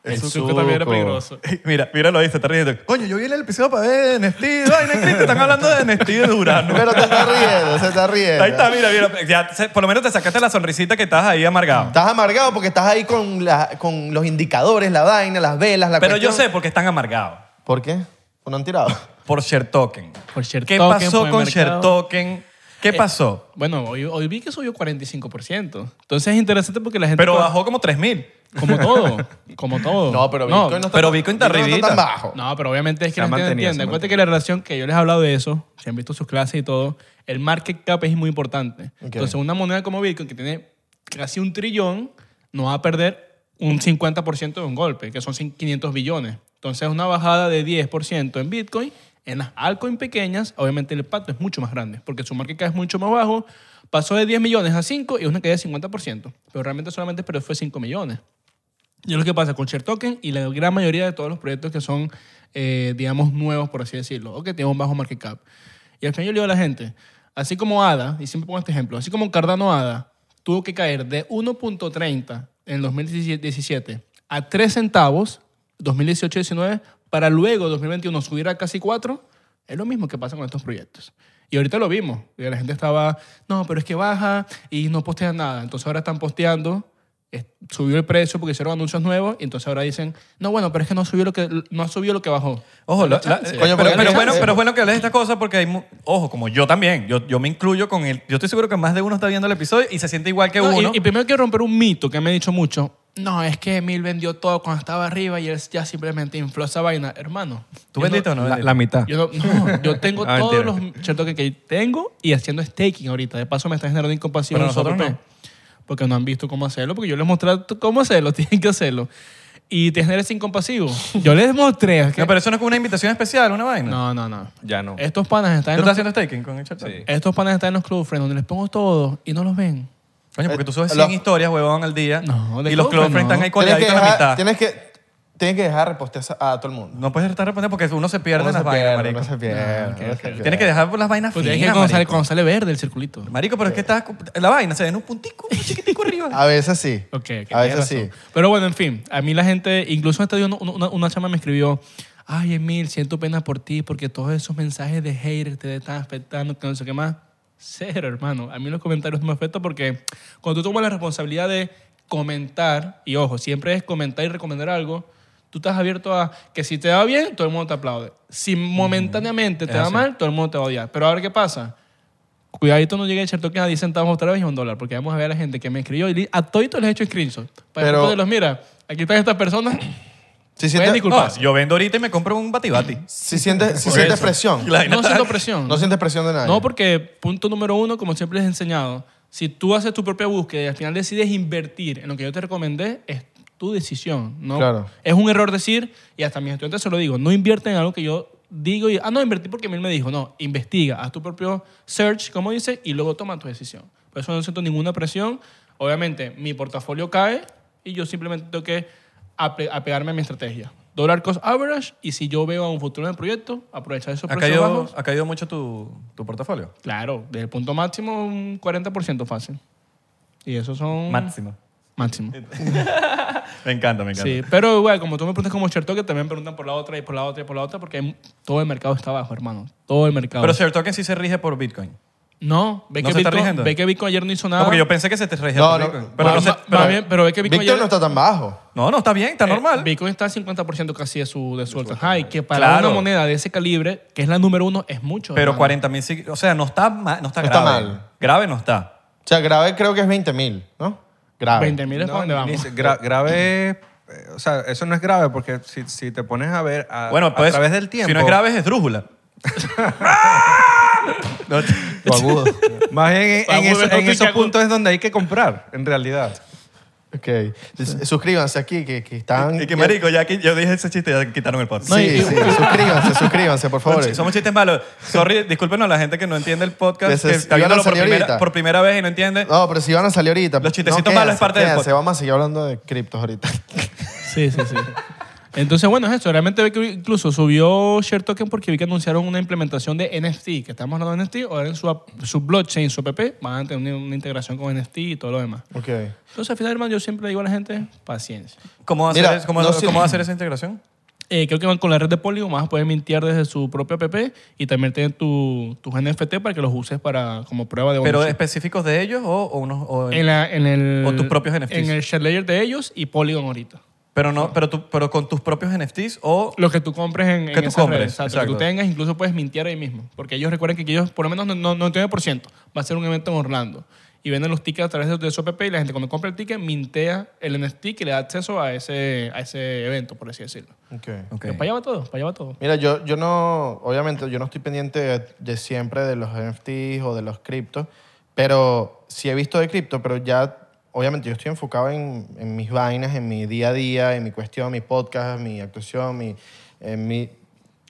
Speaker 3: El
Speaker 2: El suco también era
Speaker 3: suco.
Speaker 2: peligroso.
Speaker 1: Mira, mira lo dice, está riendo. Coño, yo vi el episodio para ver de Nestí. Ay, Nestí, te están hablando de Nestí de Durazno.
Speaker 3: Pero te estás riendo, se está riendo.
Speaker 1: Ahí está, mira, mira. Ya, se- por lo menos te sacaste la sonrisita que estabas ahí amargado.
Speaker 3: Estás amargado porque estás ahí con, la, con los indicadores, la vaina, las velas, la
Speaker 1: Pero yo
Speaker 3: cuestión.
Speaker 1: sé por qué están amargados.
Speaker 3: ¿Por qué? ¿O no han tirado?
Speaker 1: Por Shertoken.
Speaker 2: Por Share
Speaker 1: ¿Qué
Speaker 2: Token, por
Speaker 1: pasó
Speaker 2: el
Speaker 1: con
Speaker 2: mercado.
Speaker 1: Shertoken? ¿Qué
Speaker 2: Eh,
Speaker 1: pasó?
Speaker 2: Bueno, hoy, hoy vi que subió 45%. Entonces es interesante porque la gente...
Speaker 1: Pero
Speaker 2: co-
Speaker 1: bajó como 3.000.
Speaker 2: Como todo, como todo.
Speaker 3: Bitcoin
Speaker 1: pero Bitcoin está
Speaker 3: Bitcoin no
Speaker 1: arribita.
Speaker 3: tan bajo.
Speaker 2: No, pero obviamente es que
Speaker 4: Se
Speaker 2: la
Speaker 4: ha
Speaker 2: gente no
Speaker 4: mantenido,
Speaker 2: entiende.
Speaker 4: se ha
Speaker 2: Acuérdate que la relación que yo les he hablado de eso, si han visto sus clases y todo, el market cap es muy importante. Entonces, una moneda como Bitcoin que tiene casi un trillón, no va a perder un 50% de un golpe, que son 500 billones. Entonces, una bajada de 10% en Bitcoin, en las altcoins pequeñas, obviamente el impacto es mucho más grande, porque su market cap es mucho más bajo. Pasó de 10 millones a 5 y es una caída de 50%, pero realmente solamente pero fue 5 millones. Y es lo que pasa con Share Token y la gran mayoría de todos los proyectos que son, eh, digamos, nuevos, por así decirlo, o que tienen un bajo market cap. Y al final yo le digo a la gente, así como ADA, y siempre pongo este ejemplo, así como Cardano ADA tuvo que caer de 1.30 en 2017 a 3 centavos 2018-19 para luego 2021 subir a casi 4, es lo mismo que pasa con estos proyectos. Y ahorita lo vimos, que la gente estaba, no, pero es que baja y no postean nada. Entonces ahora están posteando es- subió el precio porque hicieron anuncios nuevos y entonces ahora dicen, no, bueno, pero es que no subió lo que, no subió lo que bajó.
Speaker 1: Ojo, la- la-
Speaker 2: chance.
Speaker 1: coño, pero,
Speaker 3: Dale
Speaker 1: pero
Speaker 3: chance.
Speaker 1: bueno, pero es bueno que hables de estas cosas porque hay, mu- ojo, como yo también, yo, yo me incluyo con él. Yo estoy seguro que más de uno está viendo el episodio y se siente igual que
Speaker 2: No, y-
Speaker 1: uno.
Speaker 2: Y, primero quiero romper un mito que me he dicho mucho. No, es que Emil vendió todo cuando estaba arriba y él ya simplemente infló esa vaina. Hermano.
Speaker 1: ¿Tú
Speaker 2: yo no-
Speaker 1: vendiste o no?
Speaker 4: La,
Speaker 1: vendiste?
Speaker 4: la mitad.
Speaker 2: Yo, no, no, yo tengo
Speaker 4: Ah,
Speaker 2: todos los
Speaker 4: mentira.
Speaker 2: share tokens que tengo y haciendo staking ahorita. De paso me está generando incompasión.
Speaker 1: Pero
Speaker 2: en su
Speaker 1: nosotros
Speaker 2: APP, Porque no han visto cómo hacerlo, porque yo les mostré t- cómo hacerlo, tienen que hacerlo. Y te generas incompasivo. Yo les mostré. es que-
Speaker 1: No, pero eso no es como una invitación especial, una vaina.
Speaker 2: No, no, no.
Speaker 4: Ya no.
Speaker 2: Estos panas
Speaker 1: ¿Tú
Speaker 2: están en
Speaker 1: estás
Speaker 2: los,
Speaker 1: haciendo staking con el chat?
Speaker 4: Sí.
Speaker 2: estos panas están en los club friends donde les pongo todo y no los ven.
Speaker 1: Coño, porque tú subes
Speaker 3: Eh,
Speaker 1: 100
Speaker 3: lo-
Speaker 1: historias, huevón, al día.
Speaker 2: No, de
Speaker 1: y los
Speaker 2: coño,
Speaker 1: club friends
Speaker 2: no.
Speaker 1: están ahí
Speaker 3: Tienes que,
Speaker 1: colgaditos a la
Speaker 3: dejar,
Speaker 1: mitad.
Speaker 3: tienes, que, tienes que dejar repostear a todo el mundo.
Speaker 1: No puedes estar respondiendo porque uno se pierde
Speaker 3: No
Speaker 1: en las
Speaker 3: se
Speaker 1: vainas,
Speaker 3: pierde,
Speaker 1: marico.
Speaker 3: no se pierde, no se pierde.
Speaker 1: Tienes que dejar las vainas
Speaker 2: Pues es que
Speaker 1: finas,
Speaker 2: cuando sale,
Speaker 1: marico.
Speaker 2: cuando sale verde el circulito.
Speaker 1: Marico, pero es que estás... La vaina se ve en un puntico, un chiquitico arriba.
Speaker 2: Ah,
Speaker 3: A veces sí.
Speaker 2: Ok, ok,
Speaker 3: a
Speaker 2: tienes
Speaker 3: veces sí.
Speaker 2: razón. Pero bueno, en fin, a mí la gente, incluso en este día una, una- una chama me escribió, ay Emil, siento pena por ti porque todos esos mensajes de haters te están afectando, que no sé qué más. Cero, hermano. A mí los comentarios no me afectan porque cuando tú tomas la responsabilidad de comentar, y ojo, siempre es comentar y recomendar algo, tú estás abierto a que si te va bien, todo el mundo te aplaude. Si momentáneamente te
Speaker 1: es
Speaker 2: va
Speaker 1: así.
Speaker 2: mal, todo el mundo te va a odiar. Pero ahora, ¿qué pasa? Cuidadito no llegue a echar toque a 10 centavos otra vez y a un dólar, porque vamos a ver a la gente que me escribió y li- a todito les he hecho screenshot. Para
Speaker 3: Pero-
Speaker 2: Pero, los mira, aquí están estas personas.
Speaker 3: Si
Speaker 2: Pueden
Speaker 3: sientes,
Speaker 2: disculpar.
Speaker 1: No, yo vendo ahorita y me compro un batibati.
Speaker 2: Mm.
Speaker 3: si sientes, si
Speaker 1: Por
Speaker 3: sientes
Speaker 1: eso.
Speaker 3: presión,
Speaker 1: La vaina
Speaker 2: No
Speaker 1: está-
Speaker 2: siento presión.
Speaker 3: no sientes presión de nadie.
Speaker 2: No, porque punto número uno, como siempre les he enseñado, si tú haces tu propia búsqueda y al final decides invertir en lo que yo te recomendé, es tu decisión. ¿no?
Speaker 3: Claro.
Speaker 2: Es un error decir, y hasta a mis estudiantes se lo digo, no invierten en algo que yo digo y, ah, no, invertí porque Emil me dijo, no, investiga, haz tu propio search, como dice, y luego toma tu decisión. Por eso no siento ninguna presión. Obviamente, mi portafolio cae y yo simplemente tengo que ape- apegarme a mi estrategia. Dollar cost average, y si yo veo a un futuro en el proyecto, aprovechar esos
Speaker 1: ¿Ha
Speaker 2: precios
Speaker 1: caído,
Speaker 2: bajos.
Speaker 1: ¿Ha caído mucho tu, tu portafolio?
Speaker 2: Claro, del punto máximo un 40% fácil. Y eso son...
Speaker 1: Máximo.
Speaker 2: Máximo.
Speaker 1: Me encanta, me encanta.
Speaker 2: Sí, pero igual, como tú me preguntas como cierto que también preguntan por la otra y por la otra y por la otra porque hay- todo el mercado está abajo, hermano. Todo el mercado.
Speaker 1: Pero Share Token sí se rige por Bitcoin.
Speaker 2: no, ve,
Speaker 1: ¿No
Speaker 2: que
Speaker 1: se está
Speaker 2: Bitcoin,
Speaker 1: rigiendo?
Speaker 2: ve que Bitcoin ayer no hizo
Speaker 1: No,
Speaker 2: nada.
Speaker 1: porque yo pensé que se te regía
Speaker 3: No,
Speaker 1: por
Speaker 3: no,
Speaker 1: Bitcoin. Pero
Speaker 2: Ma-
Speaker 1: no, se-
Speaker 2: ma-
Speaker 1: pero-
Speaker 2: más bien, pero ve que Bitcoin
Speaker 3: Víctor no
Speaker 2: ayer-
Speaker 3: está tan bajo.
Speaker 1: no, no, está bien, está
Speaker 2: eh,
Speaker 1: normal.
Speaker 2: Bitcoin está 50% casi de su, de su all-time high, que para
Speaker 1: Claro.
Speaker 2: una moneda de ese calibre, que es la número uno, es mucho.
Speaker 1: Pero
Speaker 2: hermano.
Speaker 1: 40 mil sí. O sea, no está, ma- no está
Speaker 3: No está
Speaker 1: grave.
Speaker 3: mal.
Speaker 1: Grave no está.
Speaker 3: O sea, grave creo que es 20 mil, ¿no? Grave.
Speaker 2: 20 mil es para donde
Speaker 4: ni
Speaker 2: vamos.
Speaker 4: se- gra- grave, eh, o sea, eso no es grave porque si, si te pones a ver a,
Speaker 1: Bueno, pues.
Speaker 4: a través del tiempo,
Speaker 1: Si no es grave, es esdrújula. No,
Speaker 3: O agudo.
Speaker 4: más bien en, en
Speaker 2: Vamos a
Speaker 4: eso-
Speaker 2: ver,
Speaker 4: en
Speaker 2: Topic,
Speaker 4: esos
Speaker 2: agu-
Speaker 4: puntos es donde hay que comprar, en realidad.
Speaker 3: ok. S- Suscríbanse aquí, que, que están...
Speaker 1: y que marico, ya que yo dije ese chiste, ya quitaron el podcast.
Speaker 2: No, y-
Speaker 3: Sí, sí, suscríbanse, suscríbanse, por favor.
Speaker 1: Son chi- Somos chistes malos. Sorry, discúlpenos a la gente que no entiende el podcast,
Speaker 3: Ese
Speaker 1: que
Speaker 3: es-
Speaker 1: está
Speaker 3: iban a
Speaker 1: viéndolo por
Speaker 3: salir
Speaker 1: primera,
Speaker 3: ahorita.
Speaker 1: por primera vez y no entiende.
Speaker 3: No, pero si van a salir ahorita.
Speaker 1: Los chistecitos malos es parte del
Speaker 3: quédense,
Speaker 1: podcast.
Speaker 3: Vamos a seguir hablando de criptos ahorita.
Speaker 2: Sí, sí, sí. Entonces, bueno, es eso. Realmente ve que incluso subió Share Token porque vi que anunciaron una implementación de NFT, que estamos hablando de NFT, ahora en su, app- su blockchain, su app, van a tener una, una integración con NFT y todo lo demás.
Speaker 3: Ok.
Speaker 2: Entonces, al final, hermano, yo siempre le digo a la gente, paciencia.
Speaker 1: ¿Cómo va a
Speaker 3: Mira,
Speaker 1: hacer- cómo-
Speaker 3: no sé-
Speaker 1: cómo va a hacer esa integración?
Speaker 2: Eh, creo que van con la red de Polygon, vas a poder mintear desde su propia app y también tienen tu- tus NFT para que los uses para, como prueba de
Speaker 1: ¿Pero
Speaker 2: ownership.
Speaker 1: específicos de ellos o, o unos...? o-
Speaker 2: en, la- en el,
Speaker 1: o tus propios NFTs.
Speaker 2: En el share layer de ellos y Polygon ahorita.
Speaker 1: pero, no, pero, tú, pero con tus propios NFTs o...
Speaker 2: Lo que tú compres en,
Speaker 1: Que
Speaker 2: en
Speaker 1: tú
Speaker 2: esas
Speaker 1: compres,
Speaker 2: redes. Exacto,
Speaker 1: exacto.
Speaker 2: Que tú tengas, incluso puedes mintiar ahí mismo. Porque ellos recuerden que ellos, por lo menos no- no- 99%, va a ser un evento en Orlando. Y venden los tickets a través de, de su app y la gente cuando compra el ticket mintea el NFT que le da acceso a ese, a ese evento, por así decirlo.
Speaker 3: Ok.
Speaker 1: Ok.
Speaker 2: Para allá va todo, para allá va todo.
Speaker 3: Mira, yo, yo no, obviamente, yo no estoy pendiente de, de siempre de los NFTs o de los criptos, pero sí he visto de cripto, pero ya obviamente yo estoy enfocado en, en mis vainas, en mi día a día, en mi cuestión, mi podcast, mi actuación, mi, en mi,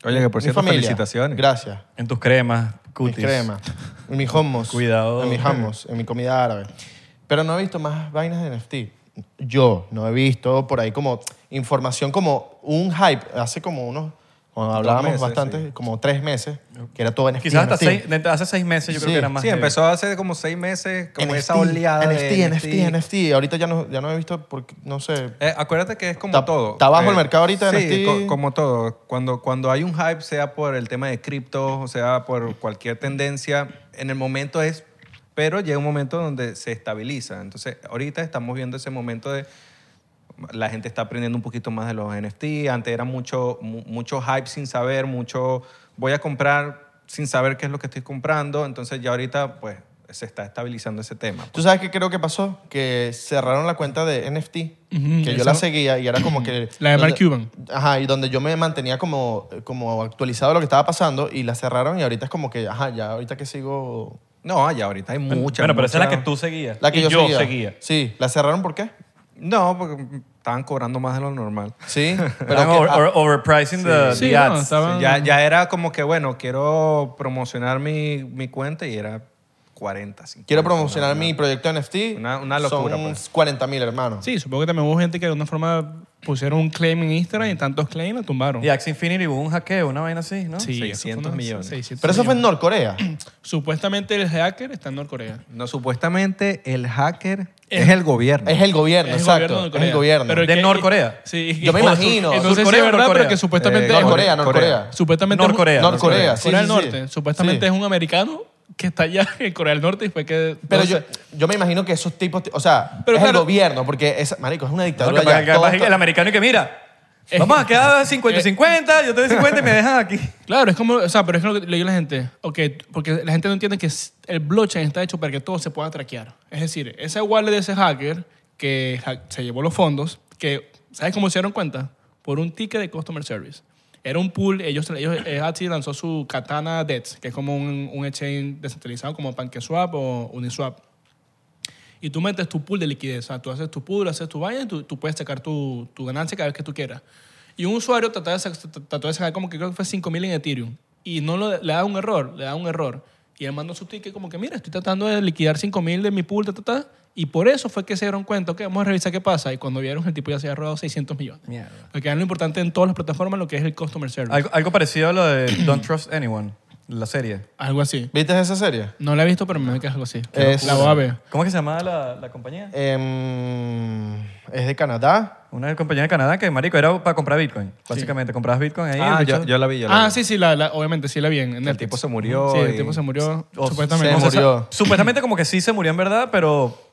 Speaker 4: Oye, que por
Speaker 3: mi
Speaker 4: cierto,
Speaker 3: familia.
Speaker 4: felicitaciones.
Speaker 3: Gracias.
Speaker 1: En tus cremas,
Speaker 3: Mis
Speaker 1: cutis.
Speaker 3: cremas, en mis hummus.
Speaker 1: Cuidado.
Speaker 3: En mis hummus, en mi comida árabe. Pero no he visto más vainas de NFT. Yo no he visto por ahí como información, como un hype. Hace como unos, cuando hablábamos
Speaker 4: meses,
Speaker 3: bastante,
Speaker 4: sí.
Speaker 3: como tres meses, que era todo NFT.
Speaker 1: Quizás hasta
Speaker 3: NFT.
Speaker 1: seis, desde hace seis meses yo creo
Speaker 3: Sí.
Speaker 1: que era más.
Speaker 4: Sí,
Speaker 1: heavy.
Speaker 4: empezó hace como seis meses, como
Speaker 3: NFT,
Speaker 4: esa oleada
Speaker 3: NFT,
Speaker 4: de
Speaker 3: NFT, NFT. Ahorita ya no, ya no he visto, porque, no sé.
Speaker 4: Eh, acuérdate que es como
Speaker 3: Está-
Speaker 4: todo. Eh,
Speaker 3: está bajo el mercado ahorita de
Speaker 4: Sí,
Speaker 3: NFT.
Speaker 4: co- como todo. Cuando, cuando hay un hype, sea por el tema de cripto, o sea por cualquier tendencia, en el momento es... Pero llega un momento donde se estabiliza. Entonces, ahorita estamos viendo ese momento de... La gente está aprendiendo un poquito más de los NFT. Antes era mucho, mu- mucho hype sin saber, mucho voy a comprar sin saber qué es lo que estoy comprando. Entonces, ya ahorita, pues, se está estabilizando ese tema.
Speaker 3: ¿Tú sabes qué creo que pasó? Que cerraron la cuenta de NFT, que yo
Speaker 2: eso-
Speaker 3: la seguía y era como que...
Speaker 2: La de Mark
Speaker 3: donde-
Speaker 2: Cuban.
Speaker 3: Ajá, y donde yo me mantenía como, como actualizado de lo que estaba pasando y la cerraron y ahorita es como que, ajá, ya ahorita que sigo...
Speaker 4: No, ya ahorita hay muchas.
Speaker 1: bueno, pero esa es la que
Speaker 4: muchas-
Speaker 1: tú seguías.
Speaker 3: La que
Speaker 1: y
Speaker 3: yo,
Speaker 1: yo
Speaker 3: seguía.
Speaker 1: seguía.
Speaker 3: Sí, ¿la cerraron por qué?
Speaker 4: No, porque estaban cobrando más de lo normal.
Speaker 3: Sí, pero...
Speaker 1: Estaban
Speaker 3: que-
Speaker 1: over-
Speaker 3: ah,
Speaker 1: over- overpricing the,
Speaker 2: Sí,
Speaker 1: the
Speaker 2: no,
Speaker 1: ads.
Speaker 2: estaban...
Speaker 4: Ya, ya era como que, bueno, quiero promocionar mi, mi cuenta y era 40, 50.
Speaker 3: quiero promocionar mi
Speaker 4: proyecto.
Speaker 3: proyecto NFT.
Speaker 4: Una- una locura,
Speaker 3: Son
Speaker 4: pues.
Speaker 3: 40 mil, hermano.
Speaker 2: Sí, supongo que también hubo gente que de alguna forma pusieron un claim en Instagram y tantos claims lo tumbaron.
Speaker 1: Y Axie Infinity hubo un hackeo, una vaina así, ¿no?
Speaker 2: Sí, eso fue
Speaker 4: 600
Speaker 2: una-
Speaker 4: millones.
Speaker 2: 600
Speaker 3: Pero eso fue en
Speaker 2: millones.
Speaker 3: Norcorea.
Speaker 2: Supuestamente el hacker está en Norcorea.
Speaker 4: No, supuestamente el hacker
Speaker 2: Eh,
Speaker 4: es, el gobierno.
Speaker 3: es el gobierno,
Speaker 2: Es
Speaker 3: exacto.
Speaker 2: gobierno de
Speaker 3: es el
Speaker 2: Corea.
Speaker 3: gobierno.
Speaker 2: Pero
Speaker 1: ¿De
Speaker 2: que-
Speaker 1: Norcorea?
Speaker 2: Sí.
Speaker 3: Yo me
Speaker 2: O sur- No
Speaker 3: imagino.
Speaker 2: sé si
Speaker 1: ¿Surcorea
Speaker 2: es
Speaker 1: o
Speaker 2: verdad,
Speaker 1: Norcorea?
Speaker 2: pero que supuestamente...
Speaker 4: Eh,
Speaker 2: es-
Speaker 3: Norcorea,
Speaker 4: Corea.
Speaker 3: Norcorea.
Speaker 2: Supuestamente...
Speaker 1: Norcorea.
Speaker 3: Norcorea, sí,
Speaker 2: Corea
Speaker 3: sí,
Speaker 2: del
Speaker 3: sí.
Speaker 2: Norte. Supuestamente
Speaker 3: Sí.
Speaker 2: es un americano que está allá en Corea del Norte y fue que...
Speaker 3: Pero
Speaker 2: no
Speaker 3: yo,
Speaker 2: sé.
Speaker 3: yo me imagino que esos tipos, o sea,
Speaker 2: Pero
Speaker 3: es
Speaker 2: claro-
Speaker 3: el gobierno, porque es, marico, es una
Speaker 1: No,
Speaker 3: dictadura.
Speaker 1: capaz-
Speaker 3: ya, Eh. todo
Speaker 1: capaz
Speaker 3: está-
Speaker 1: el americano y que mira, vamos a quedar 50-50, yo te doy 50 y me dejan aquí.
Speaker 2: Claro, es como, o sea, pero es lo que le digo a la gente, ok, porque la gente no entiende que s- el blockchain está hecho para que todo se pueda traquear. Es decir, ese wallet de ese hacker que ha- se llevó los fondos, que, ¿sabes cómo se dieron cuenta? Por un ticket de customer service. Era un pool, ellos, ellos eh, Axie lanzó su Katana Dex, que es como un, un exchange descentralizado como PancakeSwap o Uniswap. Y tú metes tu pool de liquidez. O sea, tú haces tu pool, haces tu vaina y tú, tú puedes sacar tu, tu ganancia cada vez que tú quieras. Y un usuario trató de, sa- trató de sacar como que creo que fue 5.000 en Ethereum. Y no lo- le da un error, le da un error. Y él mandó su ticket como que, mira, estoy tratando de liquidar 5.000 de mi pool, ta, ta, ta. Y por eso fue que se dieron cuenta, ok, vamos a revisar qué pasa. Y cuando vieron, el tipo ya se había rodado 600 millones. Porque es lo importante en todas las plataformas, lo que es el customer service. Algo,
Speaker 1: Algo, algo parecido a lo de Don't Trust Anyone, la serie.
Speaker 2: así.
Speaker 3: ¿Viste esa serie?
Speaker 2: No la he visto, pero me imagino que es algo así.
Speaker 3: Es-
Speaker 2: La voy a ver.
Speaker 1: ¿Cómo es que se llamaba la, la compañía?
Speaker 3: Em, es de Canadá.
Speaker 1: Una compañía de Canadá que, marico, era para comprar Bitcoin. Básicamente, comprabas Bitcoin ahí.
Speaker 4: Ah,
Speaker 1: el bicho-
Speaker 4: yo, yo la vi, yo la
Speaker 2: Ah,
Speaker 4: vi.
Speaker 2: sí, sí, la, la- obviamente sí la vi en, en
Speaker 4: El tipo
Speaker 2: Netflix.
Speaker 4: se murió.
Speaker 2: Sí, el
Speaker 4: y-
Speaker 2: tipo se murió,
Speaker 1: O
Speaker 2: supuestamente.
Speaker 3: se
Speaker 2: O sea,
Speaker 3: murió.
Speaker 1: Supuestamente como que sí se murió en verdad, pero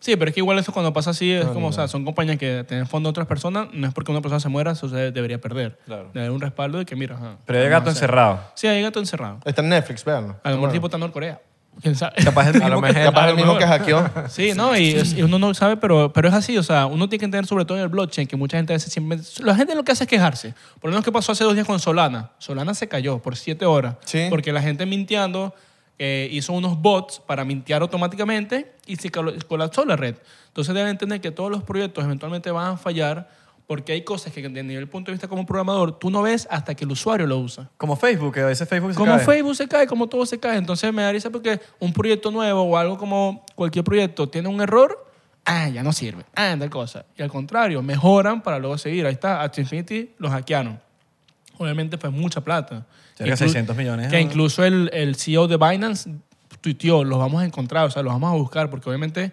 Speaker 2: Sí, pero es que igual eso cuando pasa así es como, o sea, son compañías que tienen fondo de otras personas, no es porque una persona se muera, eso se debería perder.
Speaker 4: Claro.
Speaker 2: Debe haber un respaldo de que, mira, ajá.
Speaker 1: pero hay gato encerrado.
Speaker 2: Sí, hay gato encerrado.
Speaker 3: Está en Netflix, veanlo.
Speaker 2: A lo mejor el tipo está en Norcorea. ¿Quién sabe?
Speaker 1: Capaz el
Speaker 4: A
Speaker 1: mismo
Speaker 4: lo
Speaker 1: que- Ah,
Speaker 4: mejor.
Speaker 3: Capaz
Speaker 2: a
Speaker 3: el
Speaker 2: lo
Speaker 3: mismo que
Speaker 2: mejor.
Speaker 3: hackeó.
Speaker 2: Sí, no, y, es- y uno no sabe, pero, pero es así, o sea, uno tiene que entender sobre todo en el blockchain que mucha gente a veces siempre... La gente lo que hace es quejarse. Por lo menos que pasó hace dos días con Solana. Solana se cayó por siete horas.
Speaker 3: Sí.
Speaker 2: Porque la gente mintiando eh, hizo unos bots para mintear automáticamente y se colo- colapsó la red. Entonces deben entender que todos los proyectos eventualmente van a fallar porque hay cosas que desde el punto de vista como programador tú no ves hasta que el usuario lo usa.
Speaker 1: Como Facebook, que a veces Facebook se
Speaker 2: Como
Speaker 1: cae.
Speaker 2: Facebook se cae, como todo se cae. Entonces me da risa porque un proyecto nuevo o algo como cualquier proyecto tiene un error, ah, ya no sirve, ah, tal cosa. Y al contrario, mejoran para luego seguir. Ahí está, Axie Infinity los hackearon. Obviamente fue mucha plata.
Speaker 1: Cerca de
Speaker 2: Inclu-
Speaker 1: 600 millones,
Speaker 2: Que
Speaker 1: ¿no?
Speaker 2: incluso el, el CEO de Binance tuiteó, los vamos a encontrar, o sea, los vamos a buscar porque obviamente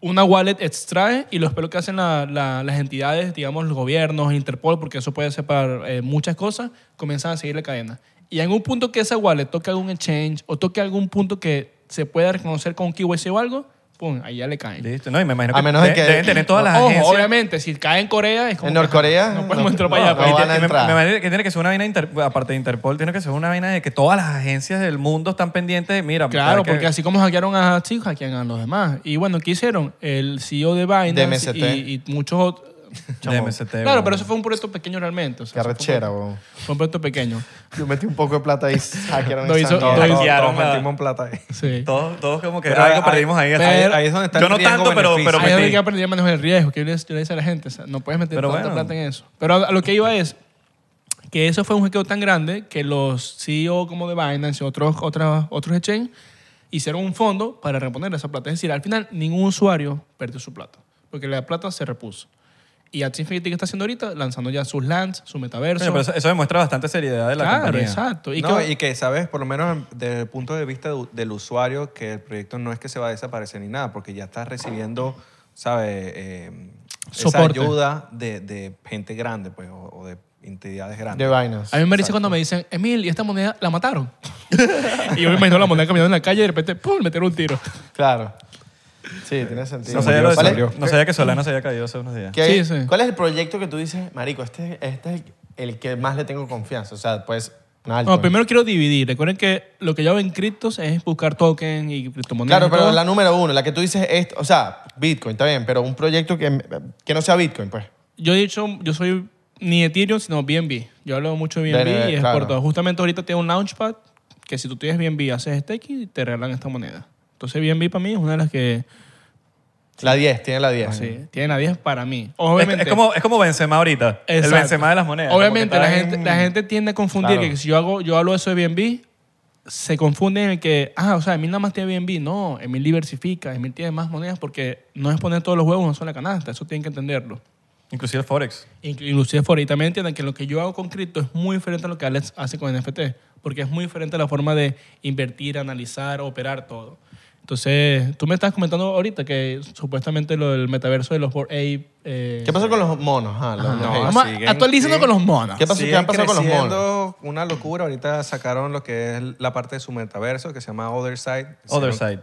Speaker 2: una wallet extrae y los pelos que hacen la- la- las entidades, digamos, los gobiernos, Interpol, porque eso puede ser para eh, muchas cosas, comienzan a seguir la cadena. Y en un punto que esa wallet toque algún exchange o toque algún punto que se pueda reconocer con KYC o algo, pum, ahí ya le caen.
Speaker 1: Listo. No, y me imagino
Speaker 3: A
Speaker 1: que,
Speaker 3: menos de
Speaker 1: de-
Speaker 3: que-
Speaker 1: deben tener todas las
Speaker 2: Ojo,
Speaker 1: agencias.
Speaker 2: obviamente, si cae en Corea es como...
Speaker 3: En
Speaker 2: que,
Speaker 3: Norcorea,
Speaker 2: No podemos
Speaker 3: no-
Speaker 2: entrar para
Speaker 3: no,
Speaker 2: allá.
Speaker 3: no
Speaker 2: pues.
Speaker 1: Y
Speaker 3: van
Speaker 1: te-
Speaker 3: a
Speaker 1: y me,
Speaker 3: entrar.
Speaker 1: me imagino que tiene que ser una vaina, inter- aparte de Interpol, tiene que ser una vaina de que todas las agencias del mundo están pendientes. de, Mira,
Speaker 2: Claro,
Speaker 1: que-
Speaker 2: porque así como hackearon a Axie, hackean a los demás. Y bueno, ¿qué hicieron? El CEO E de Binance
Speaker 3: De MST.
Speaker 2: y, y muchos ot-
Speaker 1: de MST.
Speaker 2: Claro,
Speaker 1: weón.
Speaker 2: pero eso fue un proyecto pequeño realmente. O sea, eso
Speaker 3: Carrechera,
Speaker 2: Fue un,
Speaker 3: weón.
Speaker 2: proyecto- fue un proyecto pequeño.
Speaker 3: Yo metí un poco de plata ahí, hackearon
Speaker 2: Lo
Speaker 3: esa
Speaker 2: hizo-
Speaker 3: mierda.
Speaker 4: Todos- todos-
Speaker 1: hackearon
Speaker 4: todos
Speaker 1: la-
Speaker 4: metimos plata ahí.
Speaker 2: Sí.
Speaker 1: Todos, todos como que
Speaker 4: Pero
Speaker 1: algo
Speaker 4: ahí-
Speaker 1: perdimos ahí.
Speaker 2: pero-
Speaker 1: Ahí-
Speaker 4: Ahí es donde está
Speaker 1: Yo
Speaker 4: el
Speaker 1: no tanto, pero,
Speaker 4: riesgo-beneficio.
Speaker 1: pero
Speaker 2: Ahí es donde
Speaker 1: metí.
Speaker 2: que aprendí a manejar el riesgo, que yo le, yo le decía a la gente, o sea, no puedes meter
Speaker 1: Pero
Speaker 2: tanta
Speaker 1: bueno.
Speaker 2: plata en eso. Pero a lo que iba es que eso fue un hackeo tan grande que los CEO como de Binance y otros, otras, otros exchange hicieron un fondo para reponer esa plata. Es decir, al final ningún usuario perdió su plata, porque la plata se repuso. Y Axie Infinity, ¿qué está haciendo ahorita? Lanzando ya sus lands, su metaverso.
Speaker 1: Coño, pero eso, eso demuestra bastante seriedad de la
Speaker 2: claro,
Speaker 1: compañía.
Speaker 2: exacto. ¿Y
Speaker 4: no,
Speaker 2: qué-
Speaker 4: y que, ¿sabes? Por lo menos desde el punto de vista du- del usuario, que el proyecto no es que se va a desaparecer ni nada, porque ya estás recibiendo, ¿sabes? Eh, esa
Speaker 2: Soporte.
Speaker 4: ayuda de, de gente grande, pues, o, o de entidades
Speaker 3: De
Speaker 4: grandes.
Speaker 3: vainas.
Speaker 2: A mí me dice cuando me dicen, Emil, ¿y esta moneda la mataron? y yo me imagino la moneda caminando en la calle y de repente, ¡pum!, meter un tiro.
Speaker 3: Claro. Sí, tiene sentido.
Speaker 1: No sabía,
Speaker 4: Salió,
Speaker 1: lo de-
Speaker 4: salió.
Speaker 1: no sabía que Solana se había caído hace unos días.
Speaker 3: ¿Qué hay-
Speaker 2: Sí, sí.
Speaker 3: ¿Cuál es el proyecto que tú dices, marico, este, este es el, el que más le tengo confianza? O sea, pues, una
Speaker 2: No,
Speaker 3: altcoin.
Speaker 2: primero quiero dividir. Recuerden que lo que yo hago en criptos es buscar token y criptomonedas.
Speaker 3: Claro,
Speaker 2: y
Speaker 3: pero
Speaker 2: todo.
Speaker 3: la número uno, la que tú dices, es, o sea, Bitcoin, está bien, pero un proyecto que, que no sea Bitcoin, pues.
Speaker 2: Yo he dicho, yo soy ni Ethereum, sino BNB. Yo hablo mucho de BNB
Speaker 3: BNB,
Speaker 2: y
Speaker 3: claro.
Speaker 2: exporto. Justamente ahorita tengo un launchpad que si tú tienes BNB, haces staking y te regalan esta moneda. Entonces BNB para mí es una de las que
Speaker 3: La 10, tiene la 10.
Speaker 2: Ah, sí, tienen a 10 para mí.
Speaker 1: Es,
Speaker 2: Obviamente,
Speaker 1: es como, es como Benzema ahorita. El
Speaker 2: Exacto.
Speaker 1: Benzema de las monedas. como que
Speaker 2: Obviamente, la
Speaker 1: está
Speaker 2: gente,
Speaker 1: en-
Speaker 2: la gente tiende a confundir
Speaker 3: Claro.
Speaker 2: que si yo, hago, yo hablo de eso de BNB, se confunden en el que, ah, o sea, Emil nada más tiene BNB. No, Emil diversifica, Emil tiene más monedas porque no es poner todos los huevos en una sola canasta. Eso tienen que entenderlo.
Speaker 1: Inclusive el Forex.
Speaker 2: Inclu- Inclusive por ahí también entiendan que lo que yo hago con cripto es muy diferente a lo que Alex hace con NFT, porque es muy diferente a la forma de invertir, analizar, operar todo. Entonces, tú me estás comentando ahorita que supuestamente lo del metaverso de los Bored Ape... eh,
Speaker 3: ¿Qué pasó con los monos? Ah, los-
Speaker 2: No,
Speaker 3: los-
Speaker 4: No,
Speaker 2: vamos
Speaker 4: siguen-
Speaker 2: actualizando
Speaker 4: siguen-
Speaker 2: con los monos.
Speaker 3: ¿Qué pasó? ¿Qué
Speaker 4: Siguen
Speaker 3: han pasado con los
Speaker 4: creciendo,
Speaker 3: monos?
Speaker 4: Una locura. Ahorita sacaron lo que es la parte de su metaverso que se llama Other Side.
Speaker 1: Other side.
Speaker 4: Hicieron